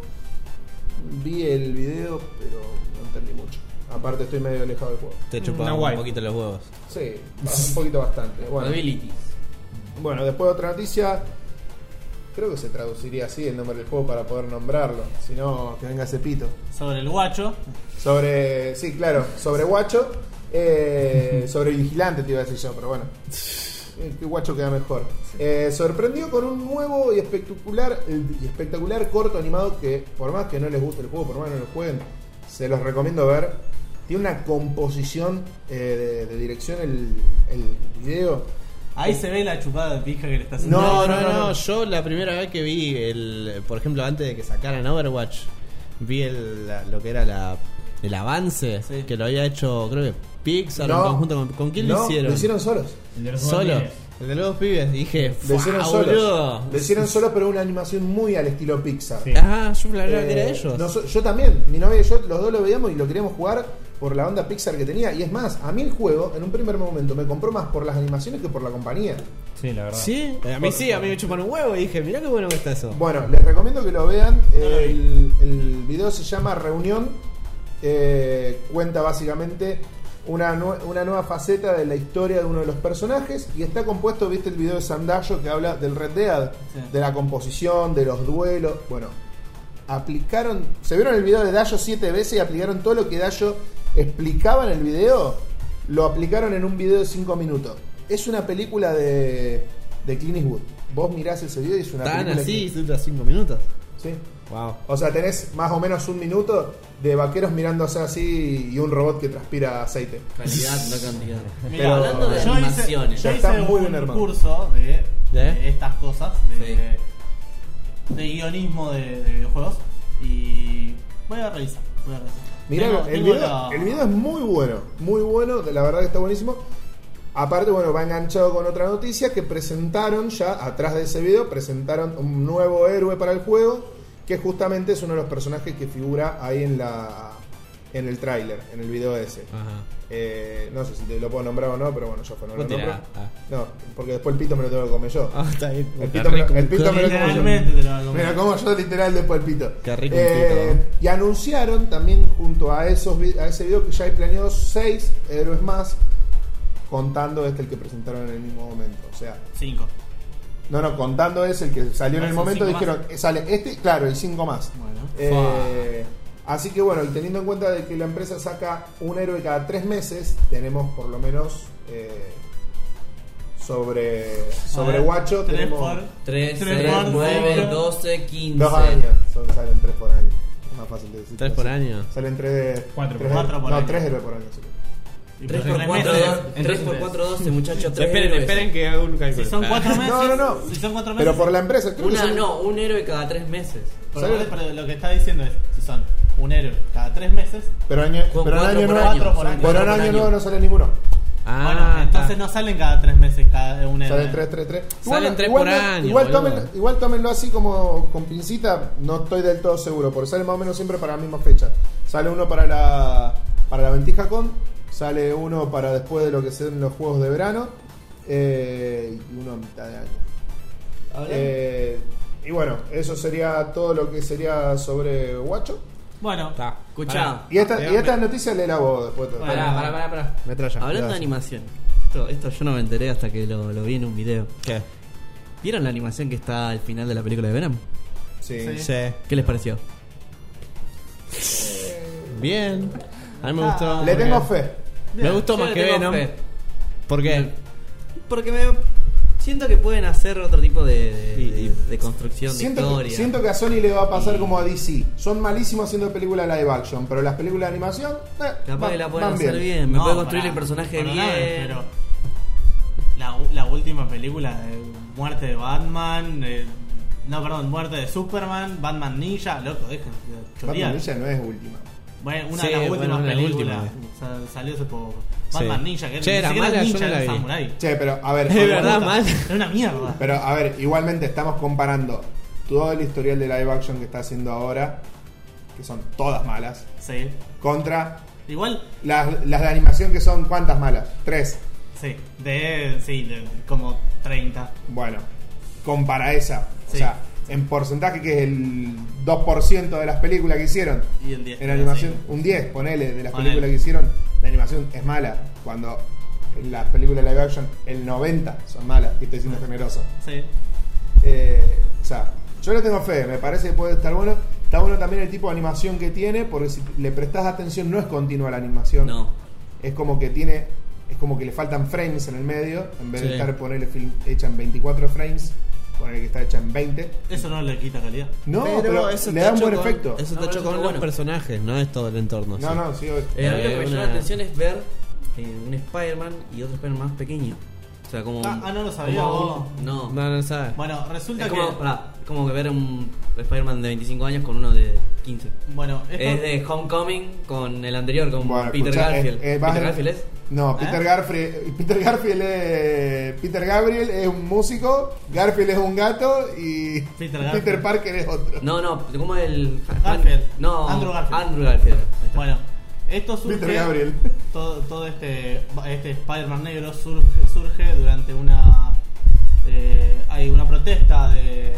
S2: Vi el video, pero no entendí mucho. Aparte estoy medio alejado del juego.
S1: Te chupa
S6: Una
S1: un
S6: guay.
S1: poquito los huevos.
S2: Sí, un poquito bastante. Bueno,
S1: Abilities.
S2: bueno, después otra noticia. Creo que se traduciría así el nombre del juego para poder nombrarlo. Si no, que venga ese pito.
S5: Sobre el guacho.
S2: Sobre. Sí, claro, sobre Guacho. eh, sobre Vigilante, te iba a decir yo, pero bueno. Eh, Que Guacho queda mejor. Eh, sorprendió con un nuevo y espectacular, y espectacular corto animado que, por más que no les guste el juego, por más que no lo jueguen, se los recomiendo ver. Tiene una composición eh, de, de dirección el, el video.
S5: Ahí se ve la chupada de pija que le está haciendo.
S4: No, no, no,
S2: no.
S4: Yo la primera vez que vi, el, por ejemplo, antes de que sacaran Overwatch, vi el, la- lo que era la, el avance
S5: Sí.
S4: que lo había hecho, creo que Pixar
S2: No.
S4: en conjunto con, con quién
S2: No,
S4: lo hicieron.
S2: Lo hicieron solos.
S9: El de los
S4: solo.
S9: guantes.
S4: El de los pibes. Y Dije,
S2: Lo hicieron
S4: "Fua,
S2: solos.
S4: boludo".
S2: Lo hicieron solos, pero una animación muy al estilo Pixar.
S4: Ah, yo flagraba que era
S2: Eh,
S4: ellos.
S2: noso- yo también, mi novia y yo, los dos lo veíamos y lo queríamos jugar por la onda Pixar que tenía. Y es más, a mí el juego, en un primer momento, me compró más por las animaciones que por la compañía.
S6: Sí, la verdad.
S4: Sí, a mí sí, a mí me chupan un huevo y dije, mirá qué bueno que está eso.
S2: Bueno, les recomiendo que lo vean. El, el video se llama Reunión. Eh, cuenta básicamente una, nue- una nueva faceta de la historia de uno de los personajes. Y está compuesto, viste el video de Sandallo que habla del Red Dead,
S5: Sí.
S2: de la composición, de los duelos. Bueno, aplicaron. Se vieron el video de Dayo siete veces y aplicaron todo lo que Dayo explicaba en el video. Lo aplicaron en un video de cinco minutos. Es una película de, de Clint Eastwood. Vos mirás ese video y es una
S4: Tan
S2: película.
S4: así, dura 5 minutos.
S2: Sí.
S4: Wow.
S2: O sea, tenés más o menos un minuto de vaqueros mirándose así y un robot que transpira aceite.
S1: Calidad, no cantidad.
S5: Mirá,
S2: Pero-
S1: hablando de
S5: yo hice-
S1: animaciones.
S5: yo
S2: Ya
S5: hice,
S2: está muy bien
S5: un
S2: armado.
S5: curso de,
S4: ¿De?
S5: de estas cosas, de, de guionismo de, de videojuegos. Y voy a revisar. Voy a revisar.
S2: Mirá,
S5: Tengo-
S2: el,
S5: tengo
S2: video,
S5: la-
S2: el video es muy bueno, muy bueno, de la verdad que está buenísimo. Aparte, bueno, va enganchado con otra noticia que presentaron ya, atrás de ese video, presentaron un nuevo héroe para el juego, que justamente es uno de los personajes que figura ahí en la en el tráiler, en el video ese.
S4: Ajá.
S2: Eh, no sé si te lo puedo nombrar o no, pero bueno, yo fue no lo
S4: Vos tirá,
S2: nombro.
S4: ah.
S2: No, porque después el pito me lo tengo que comer yo.
S4: Ah, está bien.
S2: El pito me lo, el pito me lo como yo.
S5: Literalmente te lo hago.
S2: Me lo como yo literal después el pito.
S4: Qué rico un
S2: Eh,
S4: pito,
S2: Y anunciaron también junto a esos vi- a ese video que ya hay planeados seis héroes más, contando este el que presentaron en el mismo momento. O sea,
S5: Cinco.
S2: no, no, contando es el que salió en
S5: Ah,
S2: el
S5: son
S2: momento,
S5: cinco
S2: dijeron, eh, sale este, claro, y cinco más.
S5: Bueno.
S2: Eh, así que bueno, y teniendo en cuenta de que la empresa saca un héroe cada tres meses, tenemos por lo menos eh, sobre, sobre
S5: A ver,
S2: Guacho,
S5: tres
S2: tenemos...
S5: por-
S1: 3,
S5: Tres
S1: 6,
S5: por
S1: 9,
S5: cinco.
S1: 12, 15.
S2: Dos años, son, salen tres por año. Es más fácil de decir.
S4: ¿Tres por año?
S2: Salen tres.
S9: Cuatro
S2: tres
S5: por- cuatro por
S2: no,
S5: año.
S2: tres héroes por año. sí.
S1: 3 por 4,
S5: meses.
S1: 3 por 4, 12, muchachos. tres
S4: Esperen,
S1: héroes.
S4: esperen que hago un
S5: Si
S4: cálculo. Ah.
S5: son cuatro meses.
S2: No, no, no.
S5: Si son cuatro meses.
S2: Pero por la empresa, creo que
S1: Una,
S2: son-
S1: no, un héroe cada 3 meses.
S5: pero-
S2: ¿sabes?
S5: pero lo que está diciendo es: si son un héroe cada tres meses.
S2: Pero, año,
S1: Con
S2: pero en
S1: cuatro
S2: año
S1: por
S2: nuevo.
S1: año,
S2: Por,
S5: son
S2: año,
S1: cuatro por año.
S2: nuevo no sale ninguno.
S4: Ah,
S1: Ah,
S5: bueno, entonces no salen cada tres meses cada un héroe.
S2: Salen tres, tres, tres.
S4: Eh, Salen
S2: Igual-
S4: tres
S2: igual
S4: por
S2: no-
S4: año,
S2: Igual,
S4: boludo.
S2: tómenlo, igual tómenlo así como con pincita. No estoy del todo seguro. Porque sale más o menos siempre para la misma fecha. Sale uno para la, para la Ventija Con. Sale uno para después de lo que sean los juegos de verano. eh, y uno a mitad de año. Eh, y bueno, eso sería todo lo que sería sobre Guacho.
S5: Bueno,
S1: Escuchá,
S2: Y esta,
S4: Ah,
S2: y
S4: me-
S2: esta noticia le la vos después. te-
S5: Pará,
S1: pará,
S5: pará,
S1: pará, pará.
S4: Metralla.
S1: Hablando de
S4: Gracias.
S1: animación. Esto, esto yo no me enteré hasta que lo, lo vi en un video.
S4: ¿Qué?
S1: ¿Vieron la animación que está al final de la película de Venom?
S2: Sí.
S4: Sí.
S1: ¿Qué les pareció?
S4: Bien. A mí me gustó.
S2: Le tengo fe.
S4: Me gustó
S1: Yo
S4: más
S1: le
S4: que
S1: tengo
S4: Venom.
S1: fe.
S4: ¿Por qué?
S1: Porque me siento que pueden hacer otro tipo de, de-
S4: Y- y-
S1: de construcción de
S2: Siento que,
S1: historia.
S2: siento que a Sony le va a pasar como a DC. Son malísimos haciendo películas live action, pero las películas de animación. eh,
S1: Capaz
S2: van-
S1: que la pueden
S2: van
S1: hacer bien. Me
S5: No,
S1: puede construir
S5: pará,
S1: el personaje
S5: perdóname,
S1: bien.
S5: Pero la, u- la última película de muerte de Batman. eh, no, perdón, muerte de Superman, Batman Ninja. Loco, dejen de chorear.
S2: Batman Ninja no es última.
S5: Bueno, una
S4: Sí,
S5: de las
S4: bueno,
S5: últimas
S4: una de las
S5: películas.
S4: últimas.
S5: Sa- salió hace poco.
S4: Sí.
S5: Batman Ninja, que
S4: Che,
S5: ni
S4: era
S5: siquiera
S4: mala, yo
S5: ninja,
S4: no la
S5: era
S4: vi.
S5: samurái.
S2: Che, pero a ver.
S4: Es verdad, mal.
S5: Era una mierda.
S2: Pero a ver, igualmente estamos comparando todo el historial de live action que está haciendo ahora, que son todas malas,
S5: Sí.
S2: contra
S5: Igual,
S2: Las, las de animación que son cuántas malas? Tres.
S5: Sí, de. Sí, de como 30.
S2: Bueno, compara esa. O
S5: Sí.
S2: sea, en porcentaje que es el 2% de las películas que hicieron.
S5: Y el 10.
S2: En animación, un 10, ponele, de las
S5: Ponele.
S2: películas que hicieron, la animación es mala. Cuando en las películas live action, el 90 son malas, y estoy siendo generoso.
S5: Sí.
S2: Eh, o sea, yo le tengo fe, me parece que puede estar bueno. Está bueno también el tipo de animación que tiene, porque si le prestas atención no es continua la animación.
S1: No.
S2: Es como que tiene, es como que le faltan frames en el medio, en vez
S1: Sí.
S2: de estar ponerle film hecha en 24 frames, ponerle que está hecha en 20.
S5: Eso no le quita calidad.
S2: No, pero, le da un buen efecto.
S4: Eso
S1: No,
S4: está
S1: eso
S4: hecho
S1: está
S4: con
S1: bueno.
S4: los personajes, no es todo el entorno.
S2: No,
S4: sí.
S2: no, sí, obvio.
S1: Eh, a mí lo que me llamó la
S4: una-
S1: atención es ver eh, un Spider-Man y otro Spider-Man más pequeño. O sea, como.
S5: Ah, ah, no lo sabía,
S1: como
S5: vos.
S1: un- No.
S4: No, no sabes.
S5: Bueno, resulta
S1: Es
S5: que.
S1: como, pará, es como que ver un Spider-Man de 25 años con uno de 15.
S5: Bueno, esto-
S1: Es de Homecoming con el anterior, con
S2: Bueno,
S1: Peter
S2: escuchá,
S1: Garfield.
S2: eh, eh, vas
S1: ¿Peter
S2: en-
S1: Garfield es?
S2: No, Peter
S5: ¿Eh?
S2: Garfield. Peter Garfield es. Peter Gabriel es un músico, Garfield es un gato y.
S5: Peter
S2: Peter,
S5: Garfield.
S2: Parker es otro.
S1: No, no, ¿cómo es el.
S5: Garfield.
S1: No,
S5: Andrew Garfield.
S1: Andrew Garfield. Ahí está.
S5: Bueno, esto surge.
S2: Peter Gabriel.
S5: Todo, todo este, este Spider-Man negro surge, surge durante una. eh, hay una protesta de,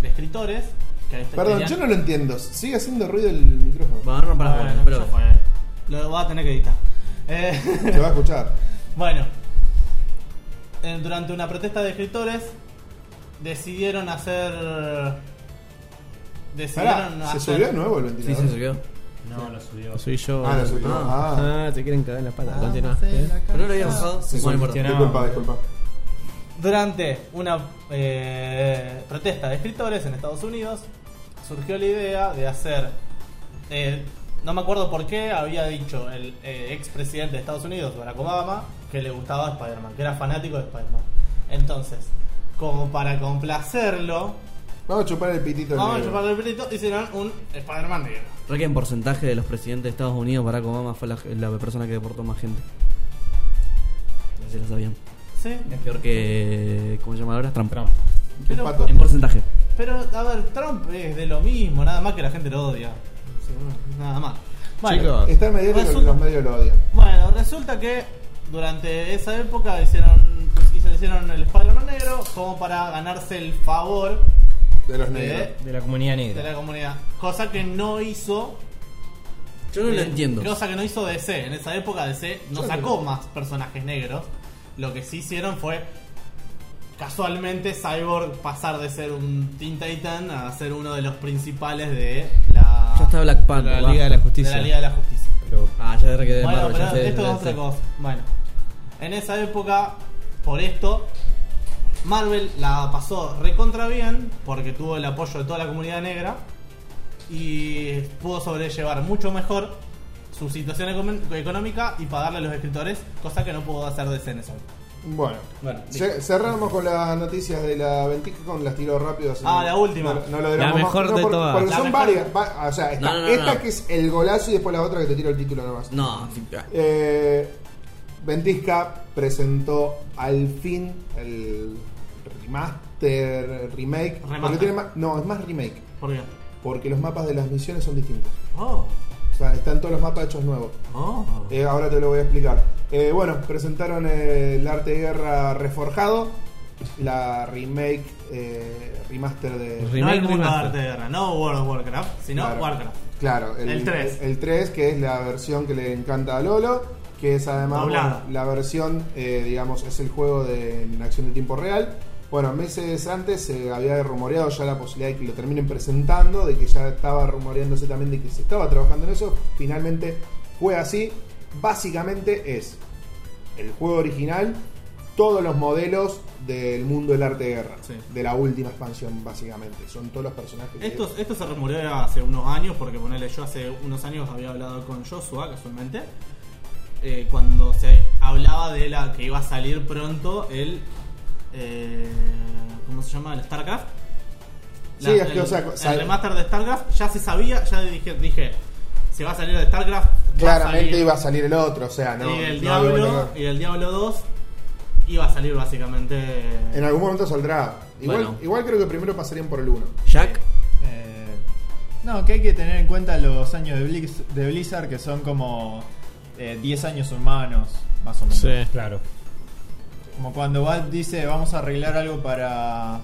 S5: de escritores. Que ahí está-
S2: Perdón,
S5: tenían-
S2: yo no lo entiendo. Sigue haciendo ruido el micrófono.
S1: Bueno, no para
S5: Bueno,
S1: bueno, pero.
S5: ya fue. Lo voy a tener que editar. Eh,
S2: Se va a escuchar.
S5: Bueno, eh, durante una protesta de escritores decidieron hacer.
S2: Pará,
S5: Decidieron
S2: ¿se
S5: hacer.
S2: subió de nuevo el
S1: Sí,
S2: ventilador?
S1: se subió.
S3: No, lo subió.
S4: Soy yo.
S2: Ah, lo subió. Ah,
S4: Ah, te quieren cagar en Ah, la pata. Continúa. ¿Eh?
S7: Vamos en la
S1: ¿eh? Pero no lo había
S7: casa.
S1: bajado.
S2: se
S1: bueno,
S2: subió.
S1: perdón.
S2: Disculpa, disculpa.
S5: Durante una eh, protesta de escritores en Estados Unidos, surgió la idea de hacer. eh, no me acuerdo por qué había dicho el eh, expresidente de Estados Unidos, Barack Obama, que le gustaba Spider-Man, que era fanático de Spider-Man. Entonces, como para complacerlo,
S2: Vamos a chupar el pitito.
S5: vamos a
S2: negro.
S5: chuparle el pelito, hicieron un Spider-Man negro.
S1: Creo que en porcentaje de los presidentes de Estados Unidos, Barack Obama fue la, la persona que deportó más gente. No sé si lo sabían.
S5: Sí,
S1: Es peor que. ¿Cómo se llama ahora? Trump.
S3: Trump.
S5: pero,
S2: Pato.
S1: En porcentaje.
S5: pero, a ver, Trump es de lo mismo, nada más que la gente lo odia. O sea, no, Nada más. Bueno,
S4: Chicos.
S2: Está en medio de que
S5: Resulta-
S2: los medios lo odian.
S5: Bueno, resulta que durante esa época hicieron, hice- hicieron el Spider-Man negro como para ganarse el favor
S2: De
S1: ¿Eh?
S2: los negros.
S5: de,
S6: De la comunidad
S5: de la
S6: negra.
S5: comunidad. Cosa que no hizo.
S1: Yo no lo
S5: eh,
S1: entiendo.
S5: Cosa que no hizo DC. En esa época DC no sacó más personajes negros. Lo que sí hicieron fue. Casualmente Cyborg pasar de ser un Teen Titan a ser uno de los principales de la,
S1: Ya está Black
S4: La
S1: Panther.
S4: Liga de la
S5: de
S4: Justicia.
S5: la Liga de la Justicia.
S6: Pero
S1: Ah, ya requedé de
S5: Bueno,
S1: Marvel.
S5: pero
S1: ya sé-
S5: esto es
S1: ya
S5: otra
S1: sé.
S5: cosa. Bueno, en esa época, por esto, Marvel la pasó recontra bien porque tuvo el apoyo de toda la comunidad negra y pudo sobrellevar mucho mejor su situación econom- económica y pagarle a los escritores, cosa que no pudo hacer de en esa época.
S2: Bueno,
S5: Bueno,
S2: Ce- cerramos con las noticias de la VenticCon, las tiró rápido. así
S5: Ah,
S2: no-
S5: la última.
S2: No, no lo digamos
S4: La
S2: más.
S4: mejor
S2: No,
S4: de
S2: porque-
S4: todas.
S2: Porque
S5: La
S2: son
S5: mejor.
S2: varias. va- o sea, está
S1: No, no, no,
S2: esta
S1: no.
S2: que es el golazo y después la otra que te tiro el título nomás.
S1: No, sí, ah.
S2: Eh, Ventisca presentó al fin el remaster, remake.
S5: Remaster.
S2: porque tiene más- no, es más remake.
S5: ¿por qué?
S2: Porque los mapas de las misiones son distintos.
S5: Oh,
S2: O sea, están todos los mapas hechos nuevos.
S5: oh.
S2: Eh, ahora te lo voy a explicar. Eh, bueno, presentaron eh, el arte de guerra reforjado, la remake, eh, remaster de...
S4: Re-
S5: No
S4: Remake
S5: el mundo de
S4: remaster.
S5: arte de guerra, no World of Warcraft, sino
S2: Claro.
S5: Warcraft.
S2: Claro,
S5: El 3.
S2: El 3, que es la versión que le encanta a Lolo, que es además
S5: Doblada.
S2: bueno, la versión, eh, digamos, es el juego de en acción de tiempo real. Bueno, meses antes se había rumoreado ya la posibilidad de que lo terminen presentando, de que ya estaba rumoreándose también de que se estaba trabajando en eso. Finalmente fue así. Básicamente es el juego original, todos los modelos del mundo del arte de guerra,
S5: Sí.
S2: de la última expansión, básicamente. Son todos los personajes. de-
S5: Esto, esto se rumoreó hace unos años, porque ponele, yo hace unos años había hablado con Joshua casualmente, eh, cuando se hablaba de la que iba a salir pronto el. eh, ¿Cómo se llama? El StarCraft.
S2: Sí, es que,
S5: el,
S2: o sea,
S5: el
S2: sal-
S5: remaster de StarCraft ya se sabía, ya dije, dije se va a salir de StarCraft. va a
S2: Claramente
S5: salir-
S2: iba a salir el otro, o sea, no.
S5: y del
S2: no
S5: Diablo,
S2: lo voy a negar.
S5: y del Diablo 2 iba a salir básicamente.
S2: en algún momento saldrá. Igual,
S1: Bueno.
S2: igual creo que primero pasarían por el 1.
S1: Jack,
S7: Eh, no, que hay que tener en cuenta los años de, Blizz- de Blizzard que son como eh, 10 años humanos, más o menos.
S4: Sí.
S3: Claro.
S7: Como cuando Bat dice vamos a arreglar algo para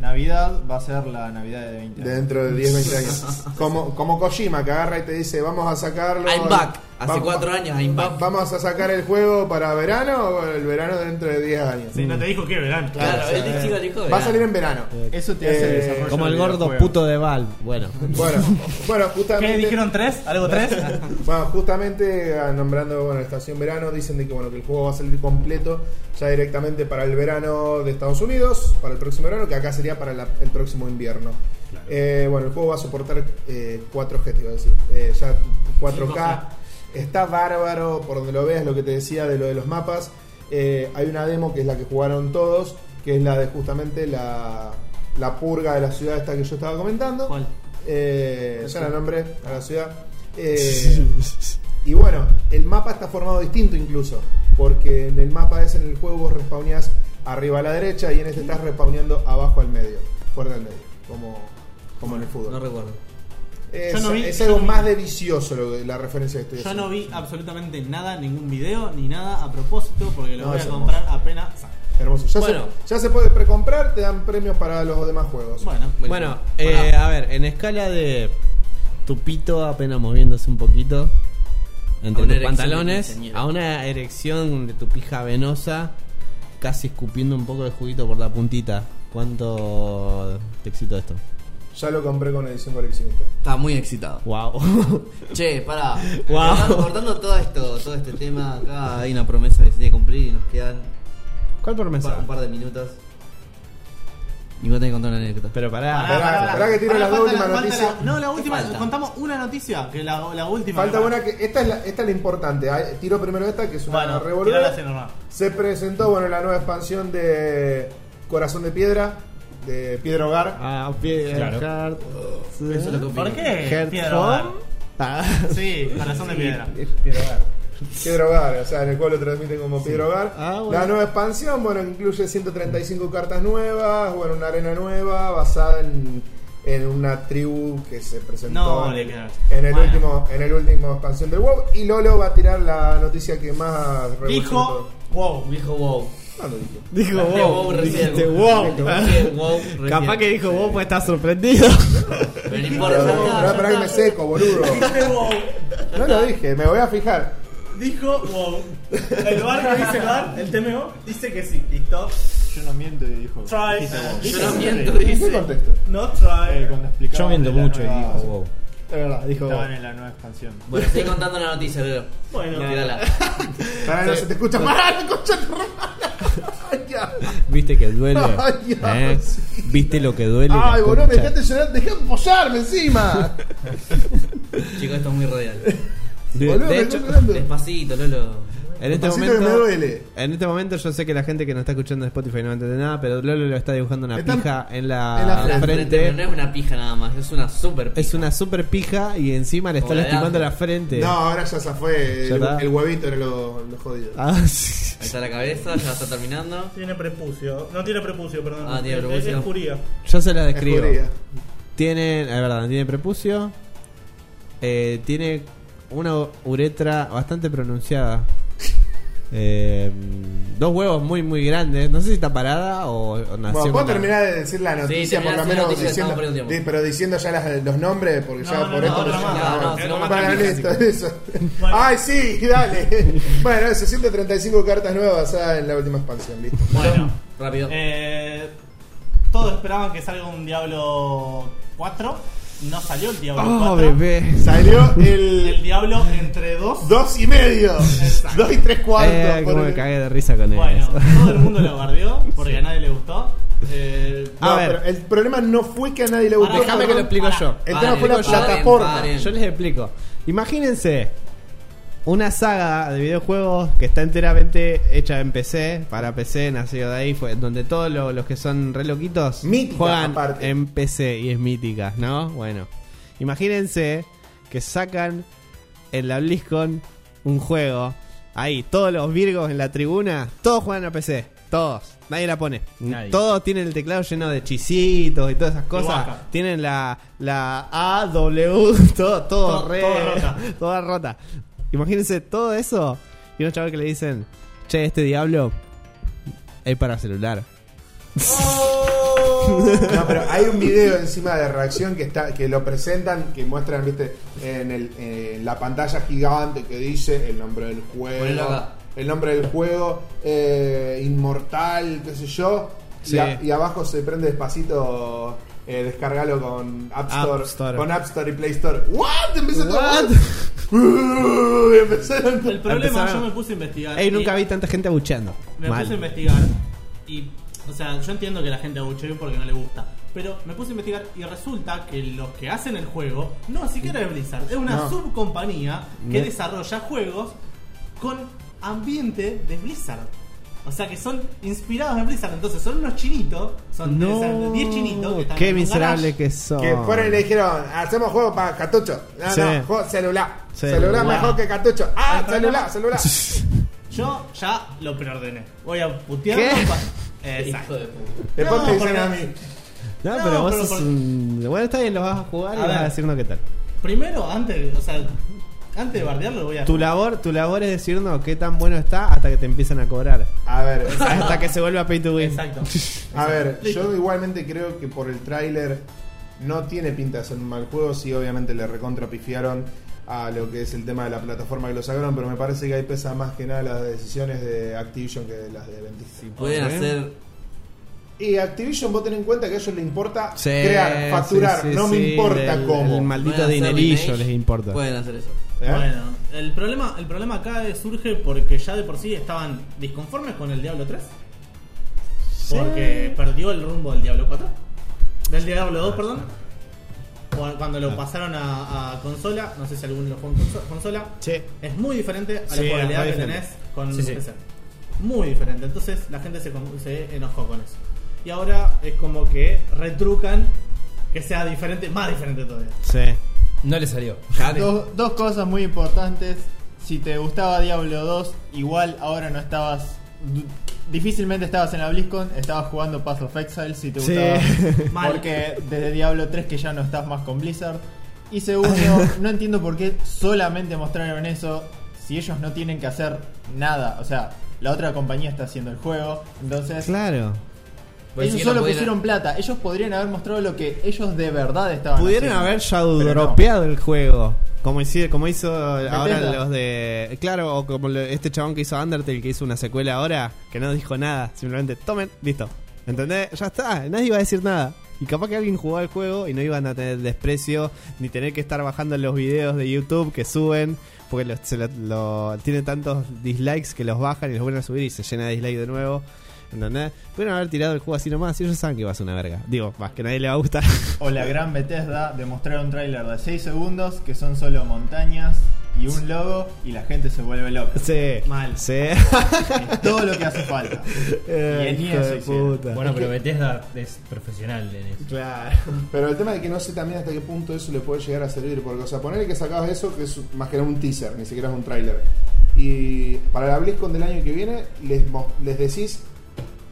S7: Navidad, va a ser la Navidad de 20 años.
S2: Dentro de 10, 20 años. Como, como Kojima, que agarra y te dice, vamos a sacarlo.
S1: I'm back. Hace
S2: Vamos-
S1: cuatro años, I'm back.
S2: Vamos a sacar el juego para verano o el verano dentro de 10 años.
S3: Sí, no te dijo que verán.
S1: Claro,
S2: o sea,
S1: él
S2: eh,
S1: dijo, dijo.
S2: Va a
S1: verá.
S2: salir en verano.
S7: Eso te hace el
S2: Eh,
S7: desarrollo
S4: Como el
S7: del
S4: gordo
S7: videojuego.
S4: puto de Valve. Bueno.
S2: Bueno, bueno, justamente.
S5: ¿Qué dijeron tres? ¿Algo tres?
S2: Bueno, justamente ah, nombrando bueno, Estación Verano, dicen de que bueno que el juego va a salir completo ya directamente para el verano de Estados Unidos, para el próximo verano, que acá sería para la- el próximo invierno. Eh, bueno, el juego va a soportar eh, 4G, te iba a decir. Eh, ya 4K. Está bárbaro, por donde lo veas, lo que te decía de lo de los mapas. Eh, hay una demo que es la que jugaron todos, que es la de justamente la, la purga de la ciudad esta que yo estaba comentando.
S1: ¿Cuál?
S2: Eh, ya la nombré a la ciudad. Eh, y bueno, el mapa está formado distinto incluso, porque en el mapa es en el juego vos respawneás arriba a la derecha y en este estás respawneando abajo al medio, fuera del medio, como, como en el
S1: No
S2: fútbol.
S1: recuerdo.
S2: Es,
S5: Yo no vi-
S2: es
S5: yo
S2: algo
S5: no vi-
S2: más de vicioso lo que- la referencia este que estoy
S5: Yo
S2: haciendo.
S5: no vi absolutamente nada, ningún video, ni nada a propósito, porque lo
S2: No,
S5: voy
S2: es
S5: a
S2: hermoso.
S5: comprar apenas. salga.
S2: Hermoso. Ya,
S1: Bueno.
S2: se, ya se puede precomprar, te dan premios para los demás juegos.
S5: Bueno,
S4: Bueno,
S1: Pará.
S4: eh, a ver, en escala de tu pito apenas moviéndose un poquito
S1: A
S4: entre
S1: una erección
S4: tus
S1: de
S4: pantalones,
S1: quinceañera.
S4: a una erección de tu pija venosa, casi escupiendo un poco de juguito por la puntita. ¿Cuánto te excitó esto?
S2: Ya lo compré con edición coleccionista.
S1: Estaba muy excitado.
S4: ¡Wow!
S1: Che, pará.
S4: Wow.
S1: Cortando, cortando todo esto, todo este tema, acá hay una promesa que se tiene que cumplir y nos quedan
S4: ¿Cuál
S1: un par,
S4: promesa?
S1: un par de minutos. Y vos tenés que contar una anécdota.
S4: Pero pará,
S2: Pará, pará, pará que tiro
S5: Pará,
S2: las dos
S5: falta la-
S2: últimas
S5: falta la-
S2: noticias.
S5: no, la última,
S1: falta?
S5: contamos una noticia, que la, la última.
S2: Falta
S5: me
S2: una
S5: parece.
S2: que. Esta es la, esta es la importante. Ah, Tiro primero esta, que es una
S5: Bueno,
S2: revolución.
S5: tirala así normal.
S2: Se presentó, bueno, la nueva expansión de Corazón de Piedra, de Piedra Hogar.
S4: Ah, pie,
S6: Claro.
S4: Heart,
S1: Eso es lo que opino.
S5: ¿Por qué?
S4: Heart
S5: Piedra
S4: Form.
S5: hogar.
S4: Ah.
S5: Sí, corazón de piedra.
S2: Piedra Hogar, o sea, en el cual lo transmiten como Piedra Hogar.
S4: Ah, bueno.
S2: La nueva expansión, bueno, incluye 135 cartas nuevas, bueno, una arena nueva basada en, en una tribu que se presentó
S5: No, le
S2: en,
S5: quedas.
S2: en el
S5: Bueno.
S2: último en el último expansión del WoW. Y Lolo va a tirar la noticia que más
S5: Dijo,
S2: revolucionó
S5: wow.
S1: Dijo wow.
S2: todo. No lo dije.
S4: Dijo
S1: Dije wow
S4: wow,
S1: recién.
S4: dijiste wow.
S1: Dije wow recién.
S4: Capaz que dijo wow, pues estás sorprendido.
S1: Pero no
S2: Pero,
S1: importa, ya está, ya
S2: pará, pará que me
S1: está.
S2: seco, boludo.
S5: Dijo wow.
S2: No lo dije, me voy a fijar.
S5: Dijo wow. El bar que dice el bar, el TMO, dice que sí. Listo.
S7: Yo no miento y dijo.
S5: Try.
S7: dijiste vos.
S1: Yo no miento,
S2: ¿En qué
S1: dice.
S2: contexto?
S5: No
S7: Eh,
S5: try.
S7: cuando explicaba
S6: Yo miento
S7: de la
S6: mucho y
S7: nueva-
S6: dijo wow.
S2: Es verdad, dijo.
S7: Estaban en la nueva expansión.
S1: Bueno, estoy contando la noticia, Lolo.
S5: Bueno.
S1: Tírala.
S2: Pará, no se te escucha más, concha de tu madre. Ay, ya.
S4: ¿Viste que duele?
S2: Ay, ya,
S4: ¿Eh?
S2: sí.
S4: ¿Viste lo que duele?
S2: Ay,
S4: La
S2: boludo,
S4: concha.
S2: dejate llorar, dejá apoyarme encima.
S1: Chicos, esto es muy radial.
S4: De,
S2: boludo,
S4: de
S2: me
S4: hecho,
S2: estoy llorando.
S1: Despacito, Lolo.
S4: en este,
S2: Despacito que me
S4: momento,
S2: duele.
S4: en este momento yo sé que la gente que nos está escuchando en Spotify no entiende nada, pero Lolo lo está dibujando una
S2: Está
S4: pija en la,
S2: en la
S1: La frente,
S4: frente.
S1: pero no es una pija nada más, es una super pija.
S4: Es una super pija y encima le está
S1: Como la de
S4: lastimando la
S1: antes.
S4: frente.
S2: No, ahora ya se fue.
S4: Ya
S2: El,
S4: está.
S2: el huevito era lo, lo jodido.
S4: Ah, sí.
S1: Ahí está la cabeza, ya está terminando.
S3: Tiene prepucio. No tiene prepucio, perdón.
S1: Ah, tiene
S3: Es-
S1: prepucio.
S3: Es curía.
S4: Yo se las
S2: Es
S4: describo.
S2: judía.
S4: Tiene, es verdad, tiene prepucio. eh, tiene una uretra bastante pronunciada. eh, dos huevos muy, muy grandes. No sé si está parada o, o nació.
S2: Bueno,
S4: con
S2: vos
S4: la-
S2: terminás de decir la noticia,
S1: terminá
S2: por lo
S1: de decir la
S2: menos
S1: noticia,
S2: diciendo,
S1: estamos perdiendo tiempo.
S2: di- pero diciendo ya las- los nombres, porque ya
S3: No,
S2: por
S3: no,
S2: esto
S3: no,
S2: lo-
S3: otra más.
S2: Ah,
S1: No,
S2: bueno.
S1: si no mata
S2: Bueno,
S1: a Mija,
S2: listo,
S1: así que-
S2: eso. Ay, sí, dale. bueno, eso, 135 cartas nuevas basadas en la última expansión, listo.
S5: Bueno.
S1: Rápido.
S5: Eh, todos esperaban que salga un Diablo 4. No salió el Diablo
S4: Oh,
S5: 4.
S4: bebé.
S2: Salió
S5: El
S2: el
S5: Diablo entre dos.
S2: dos y medio.
S5: Exacto.
S2: Dos y tres cuartos.
S4: Eh, cómo me
S2: ponele.
S4: cagué de risa con él.
S5: Bueno, todo el mundo lo guardió porque a nadie le gustó. Eh,
S2: No,
S4: A ver.
S2: pero el problema no fue que a nadie le gustó.
S5: Pará,
S4: Déjame que lo explico
S5: Pará.
S4: yo.
S2: El
S1: Paren,
S2: tema fue la
S1: paren,
S2: plataforma.
S1: paren.
S4: Yo les explico. Imagínense una saga de videojuegos que está enteramente hecha en PC, para PC, nacido de ahí, fue, donde todos lo- los que son re loquitos
S2: Mítica,
S4: juegan
S2: aparte.
S4: en PC y es mítica, ¿no? Bueno, imagínense que sacan en la BlizzCon un juego, ahí, todos los virgos en la tribuna, todos juegan a PC, todos. Nadie la pone.
S6: Nadie.
S4: Todos tienen el teclado lleno de chisitos y todas esas cosas.
S5: Guaca.
S4: Tienen la, la A, W, todo, todo
S5: To-
S4: re-
S5: toda rota.
S4: toda rota. Imagínense todo eso y unos chavales que le dicen, che, este diablo es para celular.
S2: No, pero hay un video encima de reacción que está que lo presentan, que muestran, viste, en, el, en la pantalla gigante que dice el nombre del
S1: Ponelo
S2: juego,
S1: acá.
S2: el nombre del juego, eh, inmortal, qué sé yo. Y,
S4: Sí.
S2: a- y abajo se prende despacito, eh, descargalo con App
S4: App
S2: Store,
S4: Store.
S2: con App Store y Play Store. ¿What? Empieza todo. "What?"
S4: What?
S2: Y empezaron-
S5: El problema,
S4: Empezaron-
S5: yo me puse a investigar.
S4: Ey,
S5: Ah, y-
S4: nunca vi tanta gente abucheando.
S5: Me
S4: Mal.
S5: puse a investigar y, o sea, yo entiendo que la gente abuchee porque no le gusta, pero me puse a investigar y resulta que los que hacen el juego no siquiera es Blizzard, es una
S2: No.
S5: subcompañía que
S4: No.
S5: desarrolla juegos con ambiente de Blizzard. O sea que son inspirados en Blizzard, entonces son unos chinitos, son o sea, 10 chinitos que están
S4: qué
S5: en un
S4: miserable
S5: garage.
S4: que son.
S2: Que fueron y le dijeron, hacemos juego para cartucho. No,
S4: Sí.
S2: no, juego celular.
S4: Sí.
S2: Celular
S5: Wow.
S2: mejor que cartucho. Ah,
S5: Ay,
S2: celular,
S5: perdón.
S2: celular.
S5: Yo ya lo preordené. Voy a putearlo.
S4: ¿Qué?
S5: pa-
S1: Hijo
S5: Exacto.
S1: de puta.
S2: Después
S5: No,
S2: te dicen
S5: porque-
S2: a mí.
S4: No,
S5: No,
S4: pero vos
S5: pero
S4: sos
S5: por-
S4: un- Bueno, está bien, lo vas a jugar y
S5: A
S4: vas a
S5: ver.
S4: decirnos qué tal.
S5: Primero, antes, o sea, antes de bardearlo voy a
S4: Tu labor, tu labor es decirnos qué tan bueno está hasta que te empiezan a cobrar.
S2: A ver,
S4: hasta que se vuelva pay to win.
S5: Ah. Exacto.
S2: a ver,
S5: Listo.
S2: yo igualmente creo que por el tráiler no tiene pinta de ser un mal juego. Sí, obviamente le recontrapifiaron a lo que es el tema de la plataforma que lo sacaron, pero me parece que ahí pesa más que nada las decisiones de Activision que de las de Bethesda.
S1: Pueden
S4: Ok.
S1: hacer.
S2: Y Activision, vos tenés en cuenta que a ellos les importa
S4: Sí,
S2: crear, facturar,
S4: sí, sí,
S2: no
S4: sí,
S2: me importa
S4: el-
S2: cómo.
S4: El
S1: pueden
S4: maldito
S1: hacer
S4: dinerillo
S1: remake,
S4: les importa.
S1: Pueden hacer eso.
S2: ¿Eh?
S5: Bueno, el problema, el problema acá es- surge porque ya de por sí estaban disconformes con el Diablo 3. Porque perdió el rumbo del Diablo 4. Del Diablo 2, perdón. Cu- Cuando lo pasaron a, a consola, no sé si alguno lo jugó en conso- consola.
S4: Sí.
S5: Es muy diferente a la
S4: Sí, es
S5: jugabilidad
S4: muy
S5: que
S4: diferente.
S5: tenés con
S6: Sí, sí.
S5: PC. Muy diferente. Entonces la gente se, con- se enojó con eso. Y ahora es como que retrucan que sea diferente, más diferente todavía.
S4: Sí.
S6: No le salió.
S7: Dos, dos cosas muy importantes. Si te gustaba Diablo 2, igual ahora no estabas. du- Difícilmente estabas en la BlizzCon, estabas jugando Path of Exile si te
S4: Sí.
S7: gustaba.
S5: Mal.
S7: Porque desde Diablo 3 que ya no estás más con Blizzard. Y segundo, no entiendo por qué solamente mostraron eso si ellos no tienen que hacer nada. O sea, la otra compañía está haciendo el juego. Entonces,
S4: Claro.
S1: Pues sí
S7: ellos
S1: que no
S7: solo
S1: pueden-
S7: pusieron plata. Ellos podrían haber mostrado lo que ellos de verdad estaban
S4: Pudieron
S7: haciendo.
S4: haber
S7: Pero no.
S4: shadowdropeado el juego. Como hizo, como hizo ahora los de. Claro, o como lo- este chabón que hizo Undertale, que hizo una secuela ahora, que no dijo nada. Simplemente tomen, listo. ¿Entendés? Ya está, nadie iba a decir nada. Y capaz que alguien jugaba el juego y no iban a tener desprecio, ni tener que estar bajando los videos de YouTube que suben, porque los- se lo, lo- tiene tantos dislikes que los bajan y los vuelven a subir y se llena de dislikes de nuevo. ¿Entendés? Pudieron haber tirado el juego así nomás y ellos saben que va a ser una verga. Digo, más que a nadie le va a gustar.
S7: O la gran Bethesda de mostrar un tráiler de 6 segundos que son solo montañas y un logo y la gente se vuelve loca.
S4: sí.
S5: Mal.
S4: Sí.
S7: Es todo lo que hace falta.
S4: Eh,
S7: Y ni
S4: hijo
S7: eso
S4: de
S7: hicieron.
S4: puta.
S6: Bueno, pero Bethesda es profesional en eso.
S4: Claro.
S2: Pero el tema es que no sé también hasta qué punto eso le puede llegar a servir, porque, o sea, ponerle que sacabas eso, que es más que nada un teaser, ni siquiera es un tráiler. Y para la BlizzCon del año que viene, les, mo- les decís,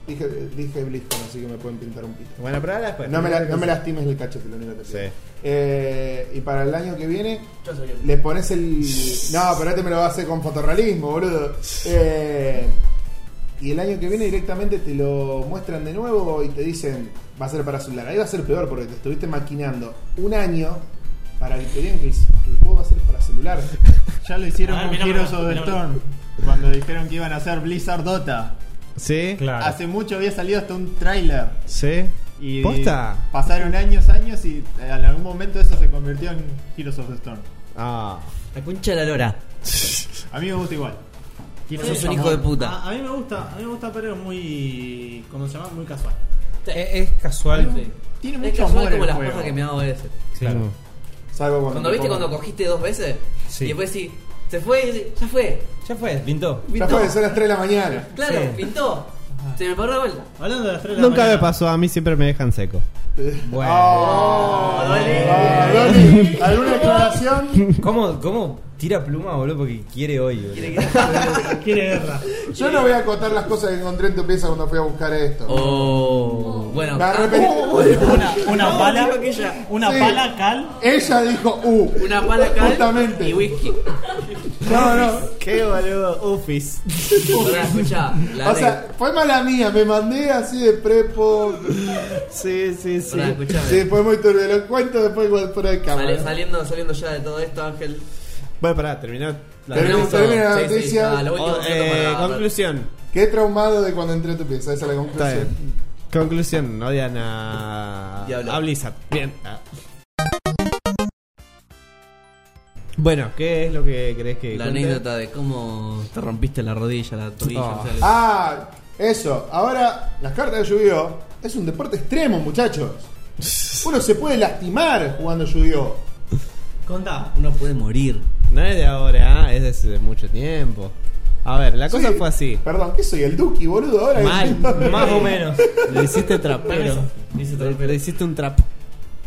S2: dije, dije BlizzCon, así que me pueden pintar un pito.
S4: Bueno, pero ahora después.
S2: No me, la- no me lastimes el cachete, lo único que te pido.
S4: Sí.
S2: Eh, y para el año que viene,
S1: Yo soy el-
S2: le pones el. No, pero este me lo va a hacer con fotorrealismo, boludo. Eh, y el año que viene directamente te lo muestran de nuevo y te dicen, va a ser para celular. Ahí va a ser peor porque te estuviste maquinando un año para que te digan que el, que el juego va a ser para celular.
S7: Ya lo hicieron
S5: A ver,
S7: con
S5: mirámelo,
S7: Heroes of the
S5: mirámelo.
S7: Storm cuando dijeron que iban a hacer Blizzard Dota.
S4: Sí.
S6: Claro.
S7: Hace mucho había salido hasta un tráiler
S4: Sí.
S7: y
S4: ¿Posta?
S7: pasaron años, años y eh, en algún momento eso se convirtió en Heroes of the Storm.
S4: Ah.
S1: La concha de la lora.
S7: A mí me gusta igual.
S1: Sos un hijo de puta.
S5: A, a mí me gusta, a mí me gusta, pero es muy. ¿Cómo se llama? Muy casual.
S6: Es, es casual.
S7: Tiene- Tiene
S1: Es
S7: mucho amor
S1: casual como
S7: el
S1: las
S7: juego.
S1: cosas que me hago a veces.
S6: Claro.
S2: Salvo cuando.
S1: Cuando
S2: te
S1: viste
S2: pongan-
S1: cuando cogiste dos veces
S6: Sí.
S1: y después sí, se fue y decís, ya fue.
S6: Ya fue, pintó.
S2: Ya
S1: Pintó.
S2: puede ser las 3 de la mañana.
S1: Claro,
S6: Sí.
S1: pintó. Se me paró la vuelta.
S5: Hablando de las 3 de la
S4: Nunca me
S5: mañana,
S4: pasó, a mí siempre me dejan seco.
S6: Bueno.
S2: Oh,
S1: Dale.
S2: ah, Dani, Eh, ¿Alguna aclaración?
S6: ¿Cómo, ¿Cómo Tira pluma, boludo, porque quiere hoy, boludo.
S3: Quiere guerra.
S2: Yo no voy a contar las cosas que encontré en tu pieza cuando fui a buscar esto.
S1: Oh, bueno.
S2: Me arrepentí.
S5: Una, una
S1: No,
S5: pala.
S1: dijo que ella-
S5: Una
S2: Sí.
S5: pala cal.
S2: Ella dijo, uh.
S1: Una pala cal
S2: Justamente.
S1: y whisky.
S2: No, no.
S4: Qué boludo, ufis.
S1: Ahora escuchá, la
S2: O sea, fue mala mía. Me mandé así de prepo.
S4: Sí, sí, sí.
S1: Pará, escuchame.
S2: Sí, fue muy turbio. Lo cuento después igual fuera de
S1: Sale-
S2: cámara.
S1: saliendo, saliendo ya de todo esto, Ángel.
S4: Bueno, pará, terminó. la-
S2: Terminó.
S1: Terminamos
S2: termina
S1: todo.
S2: la
S1: Sí, sí,
S2: noticia.
S1: nada, lo último
S4: Oh,
S1: que
S4: eh,
S1: falta para-
S4: conclusión.
S2: Qué traumado de cuando entré a tu pieza. Esa es la
S4: Está
S2: conclusión.
S4: bien. Conclusión, odian a,
S1: Diablo.
S4: a Blizzard. Bien. Ah. Bueno, ¿qué es lo que crees que.?
S1: La
S4: cuente?
S1: anécdota de cómo te rompiste la rodilla, la tobillo.
S4: Oh.
S1: o sea,
S2: Ah, eso. Ahora, las cartas de Yu-Gi-Oh! es un deporte extremo, muchachos. Uno se puede lastimar jugando Yu-Gi-Oh!
S5: Contá.
S1: uno puede morir.
S4: No es de ahora, ah, es de hace mucho tiempo. A ver, la cosa
S2: Sí.
S4: fue así.
S2: Perdón, ¿qué soy? ¿El Duki, boludo? Ahora
S4: Mal,
S6: Más o menos.
S4: Le hiciste trapero. Le hiciste un trapo.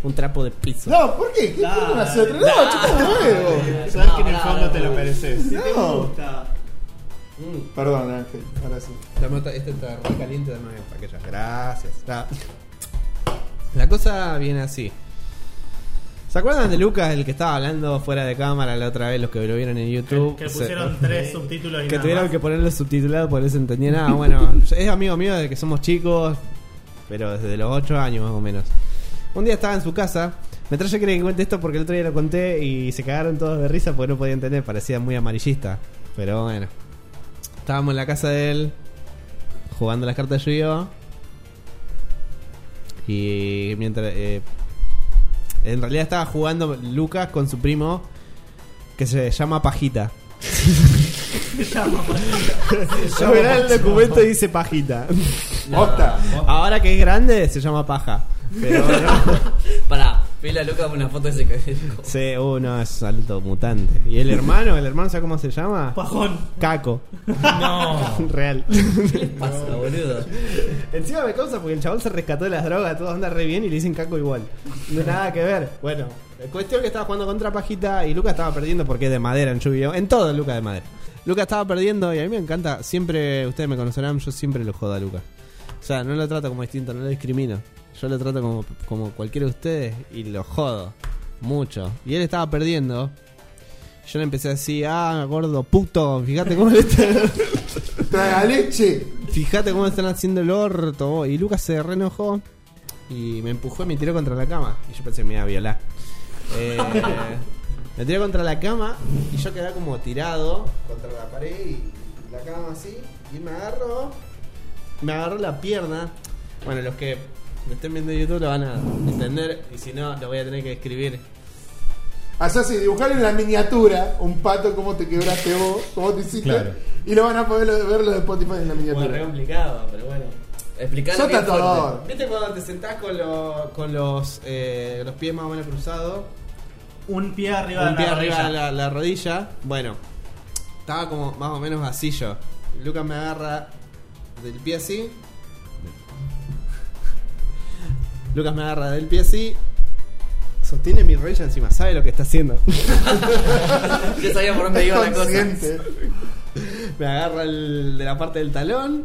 S4: Un trapo de piso.
S2: No, ¿por qué? ¿Qué
S5: Dale,
S2: fue una se No, chupa un huevo.
S7: Sabes
S1: No,
S7: que en el
S1: no,
S7: fondo
S1: no,
S7: te
S1: no.
S7: lo mereces.
S2: No.
S5: Está.
S2: Perdón, Ángel, ahora sí.
S4: Mm, La mata- este está re caliente de nuevo. Aquella. Gracias. Ah. La cosa viene así. ¿Se acuerdan de Lucas, el que estaba hablando fuera de cámara la otra vez, los que lo vieron en
S3: Que,
S4: YouTube?
S3: que
S4: Se-
S3: pusieron tres subtítulos y
S4: que
S3: nada
S4: tuvieron
S3: más.
S4: que ponerlo subtitulado porque no se entendía nada. Bueno, es amigo mío desde que somos chicos, pero desde los 8 años más o menos. Un día estaba en su casa. Me trae que que cuente esto porque el otro día lo conté y se cagaron todos de risa porque no podía entender, parecía muy amarillista. Pero bueno. Estábamos en la casa de él, jugando las cartas de Yu-Gi-Oh! Y mientras. eh, en realidad estaba jugando Lucas con su primo que se llama Pajita. Yo mirá el documento y dice pajita.
S2: Posta.
S4: Ahora que es grande se llama paja. Pero bueno,
S1: Pará, fila loca con una foto de ese cabello.
S4: sí, uno es alto mutante. ¿Y el hermano? ¿El hermano sabe cómo se llama?
S3: Pajón.
S4: Caco.
S6: No.
S4: Real.
S1: ¿Qué les pasa, boludo?
S4: Encima me causa porque el chabón se rescató de las drogas, todo anda re bien y le dicen caco igual. No nada que ver. Bueno, cuestión que estaba jugando contra Pajita y Lucas estaba perdiendo porque es de madera en lluvia. En todo Lucas de madera. Lucas estaba perdiendo y a mí me encanta, siempre, ustedes me conocerán, yo siempre lo jodo a Lucas. O sea, no lo trato como distinto, no lo discrimino. Yo lo trato como, como cualquiera de ustedes y lo jodo. Mucho. Y él estaba perdiendo. Yo le empecé así, ah, gordo, puto, fíjate cómo le está.
S2: Traga leche.
S4: Fíjate cómo están haciendo el orto. vos. Y Lucas se reenojó y me empujó y me tiró contra la cama. Y yo pensé que me iba a violar. Eh, me tiró contra la cama y yo quedé como tirado contra la pared y la cama así. Y me agarró. Me agarró la pierna. Bueno, los que me estén viendo en YouTube lo van a entender. Y si no, lo voy a tener que escribir.
S2: Haz así, dibujar en la miniatura un pato cómo te quebraste vos, cómo te hiciste.
S6: Claro.
S2: Y lo van a poder verlo de Spotify en la
S4: Bueno, re
S2: miniatura.
S4: complicado, pero bueno.
S1: Explicalo
S2: Sos
S1: bien
S2: tatuador.
S4: ¿Viste cuando te sentás con, lo- con los, eh, los pies más o menos cruzados?
S3: Un pie arriba de
S4: un pie
S3: la
S4: arriba de
S3: rodilla.
S4: la, la rodilla. Bueno, estaba como más o menos así yo. Lucas me agarra del pie así. Lucas me agarra del pie así. Sostiene mi rodilla encima, sabe lo que está haciendo.
S1: fuerte. Yo sabía por dónde
S2: Es
S1: iba la cosa.
S2: consciente.
S4: me agarra el- de la parte del talón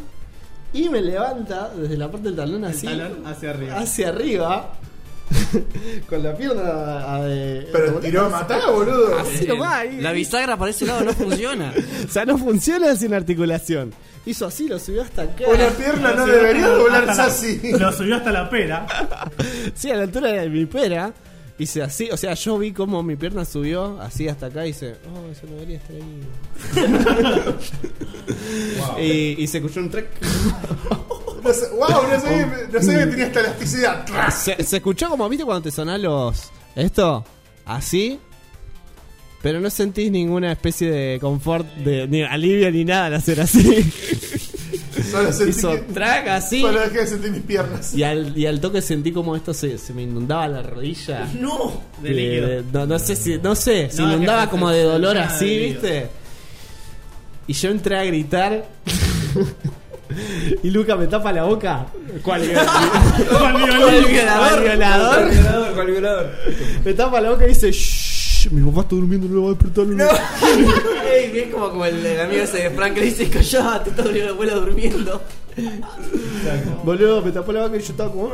S4: y me levanta desde la parte del talón así.
S7: talón hacia arriba.
S4: Hacia arriba. con la pierna. eh,
S2: Pero
S4: volando
S2: tiró a matar, boludo.
S4: Así nomás, ahí.
S1: La bisagra para ese lado no funciona.
S4: O sea, no funciona sin articulación. Hizo así, lo subió hasta acá.
S2: Una pierna no debería doblarse así.
S3: Lo subió hasta la pera.
S4: Sí, a la altura de mi pera. Hice así, o sea, yo vi como mi pierna subió así hasta acá y hice, oh, eso no debería estar ahí. y, y se escuchó un track.
S2: No sé- wow, no sabía, no sabía que tenía esta elasticidad. ¡Tras!
S4: se, se escuchó como, viste, cuando te sonan los. Esto, así. Pero no sentís ninguna especie de confort, de, ni alivio ni nada al hacer así.
S2: Solo sentí
S4: Hizo
S2: que-
S4: track así.
S2: Solo dejé de sentir mis piernas.
S4: Y al, y al toque sentí como esto se, se me inundaba la rodilla.
S3: ¡No! De
S4: Eh,
S3: líquido.
S4: de- no, no sé si, no sé, se
S3: No,
S4: inundaba
S3: que-
S4: como de
S3: se-
S4: dolor
S3: se-
S4: así,
S3: de líquido.
S4: ¿viste? Y yo entré a gritar. y Luca me tapa la boca. ¿Cuál
S3: Con
S4: ¿Cuál
S3: violín.
S4: violador?
S6: Con el violador, con el violador.
S4: Me tapa la boca y dice "Shh". "Shh, mi papá está durmiendo, no lo va a despertar. no lo-
S1: Ey, bien como, como el, el amigo ese de Frank que le dice, callate, está durmiendo la abuela durmiendo.
S4: Boludo, me tapó la vaca y yo estaba como.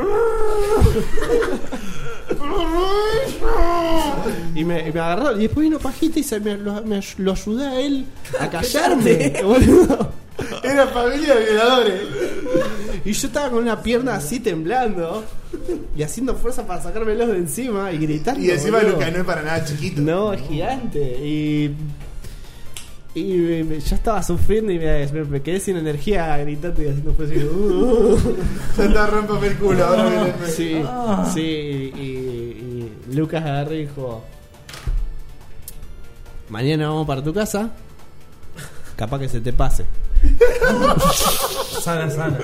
S4: y, me, y me agarró. Y después vino Pajita y se me, lo, me ay- lo ayudé a él a callarme. boludo.
S2: Era familia de violadores.
S4: Y yo estaba con una pierna así temblando y haciendo fuerza para sacármelos de encima y gritando.
S2: Y encima
S4: boludo.
S2: Luca no es para nada chiquito.
S4: No, es gigante. Y. Y me- me- yo estaba sufriendo y me, me- me quedé sin energía gritando y haciendo fuerza. y- "Uh,
S2: Ya está, rompame el culo. Ahora viene-
S4: Sí, sí, y, y Lucas agarró y dijo: Mañana vamos para tu casa. Capaz que se te pase.
S6: Sana, sana.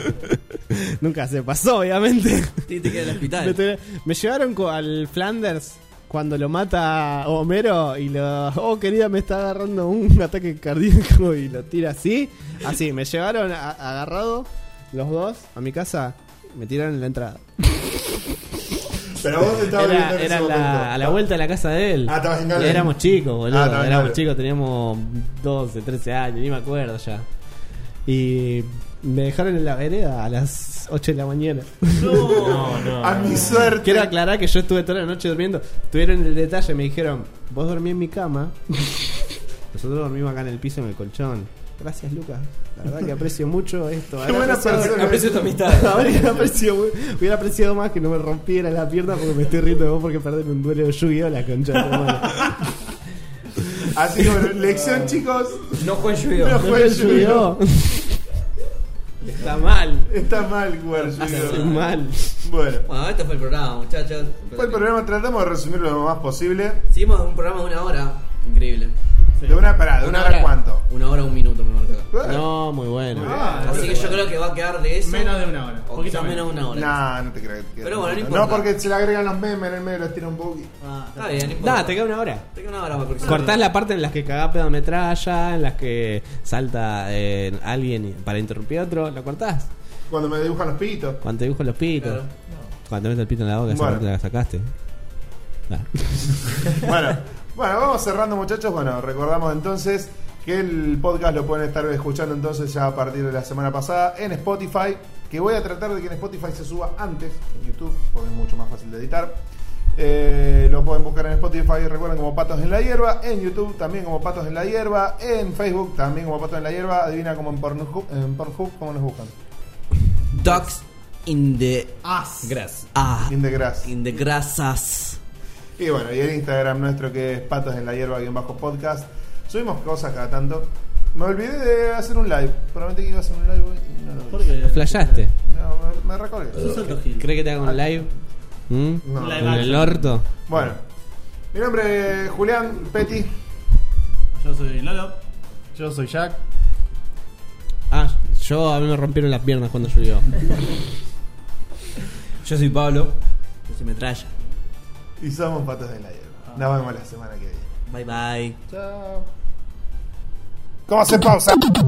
S4: Nunca se pasó, obviamente.
S1: Tiene que ir al
S4: Me,
S1: hospital.
S4: tuve- me llevaron co- al Flanders cuando lo mata Homero y lo. Oh, querida, me está agarrando un ataque cardíaco y lo tira así. Así, me llevaron a- agarrado los dos a mi casa. Me tiraron en la entrada.
S2: Pero vos estabas
S4: Era,
S2: viendo en
S4: era
S2: ese
S4: la- a
S2: momento.
S4: la vuelta de la casa de él.
S2: Ah, estabas en Gales.
S4: Éramos chicos, boludo.
S2: Ah, estabas en
S4: Éramos
S2: Gales.
S4: chicos, teníamos 12, 13 años, ni me acuerdo ya. Y me dejaron en la vereda a las 8 de la mañana.
S6: No, no.
S2: A mi suerte.
S4: Quiero aclarar que yo estuve toda la noche durmiendo. Tuvieron el detalle, me dijeron, vos dormí en mi cama. Nosotros dormimos acá en el piso, en el colchón. Gracias, Lucas. La verdad que aprecio mucho esto.
S2: Qué buena persona.
S1: Aprecio tu amistad.
S4: Habría apreciado, hubiera apreciado más que no me rompiera la pierna porque me estoy riendo de vos porque perdés un duelo de lluvia a la concha de tu madre.
S2: Así que bueno, lección, chicos.
S6: No juegue yo.
S2: No fue el Yu-Gi-Oh.
S4: Está mal.
S2: Está mal jugar
S4: Está
S2: Yu-Gi-Oh.
S4: mal.
S2: Bueno,
S1: Bueno, este fue el programa, muchachos.
S2: fue el programa. Tratamos de resumirlo lo más posible.
S1: Seguimos un programa de una hora. Increíble.
S2: De una parada, de una hora cuánto.
S1: Una hora, un minuto, me marca.
S4: No, muy bueno.
S2: Ah,
S1: Así que yo creo que va a quedar de eso.
S3: Menos de una hora.
S1: O
S3: poquito
S1: quizás menos de una hora.
S2: No, no te creo. que-
S1: Pero bueno, no
S2: no,
S1: importa.
S2: porque se le agregan los memes en el medio, los tira un poquito.
S3: Ah,
S1: Está bien, no importa.
S4: Nada, te queda una hora.
S1: Te queda una hora para el próximo.
S4: Cortás la parte en las que cagá pedometralla, en las que salta eh, alguien para interrumpir a otro, lo cortás.
S2: Cuando me dibujan los pitos.
S4: Cuando te dibujo los pitos.
S1: Claro.
S4: Cuando te metes el pito en la boca, esa
S2: Bueno.
S4: parte la sacaste. Nah.
S2: Bueno, bueno, vamos cerrando muchachos. Bueno, recordamos entonces que el podcast lo pueden estar escuchando entonces ya a partir de la semana pasada en Spotify, que voy a tratar de que en Spotify se suba antes que en YouTube, porque es mucho más fácil de editar. Eh, lo pueden buscar en Spotify, recuerden como Patos en la Hierba, en YouTube también como Patos en la Hierba, en Facebook también como Patos en la Hierba, adivina como en Pornhub, en Pornhub cómo nos buscan.
S1: Dogs in the
S3: As.
S6: Gracias.
S1: ah,
S2: In the grass.
S1: in the grasas.
S2: Y bueno, y el Instagram nuestro que es Patos en la Hierba y en Bajo Podcast. Subimos cosas cada tanto. Me olvidé de hacer un live. Prometí que iba a hacer un live hoy y no lo
S3: ¿Por
S2: hice.
S3: qué?
S4: Flashaste.
S2: No, me, me recolgué.
S3: Sos alto gil.
S4: ¿Crees que te hago un live? ¿Mm?
S2: No.
S3: Live
S4: ¿En
S3: action.
S4: el orto?
S2: Bueno, mi nombre es Julián Petty.
S3: Yo soy Lolo.
S7: Yo soy Jack.
S4: Ah, yo a mí me rompieron las piernas cuando yo iba.
S6: Yo soy Pablo.
S1: Que se me traya.
S2: Y somos Patos en la Hierba. Nos vemos la semana que viene.
S1: Bye bye.
S2: Chao. ¿Cómo hacer pausa?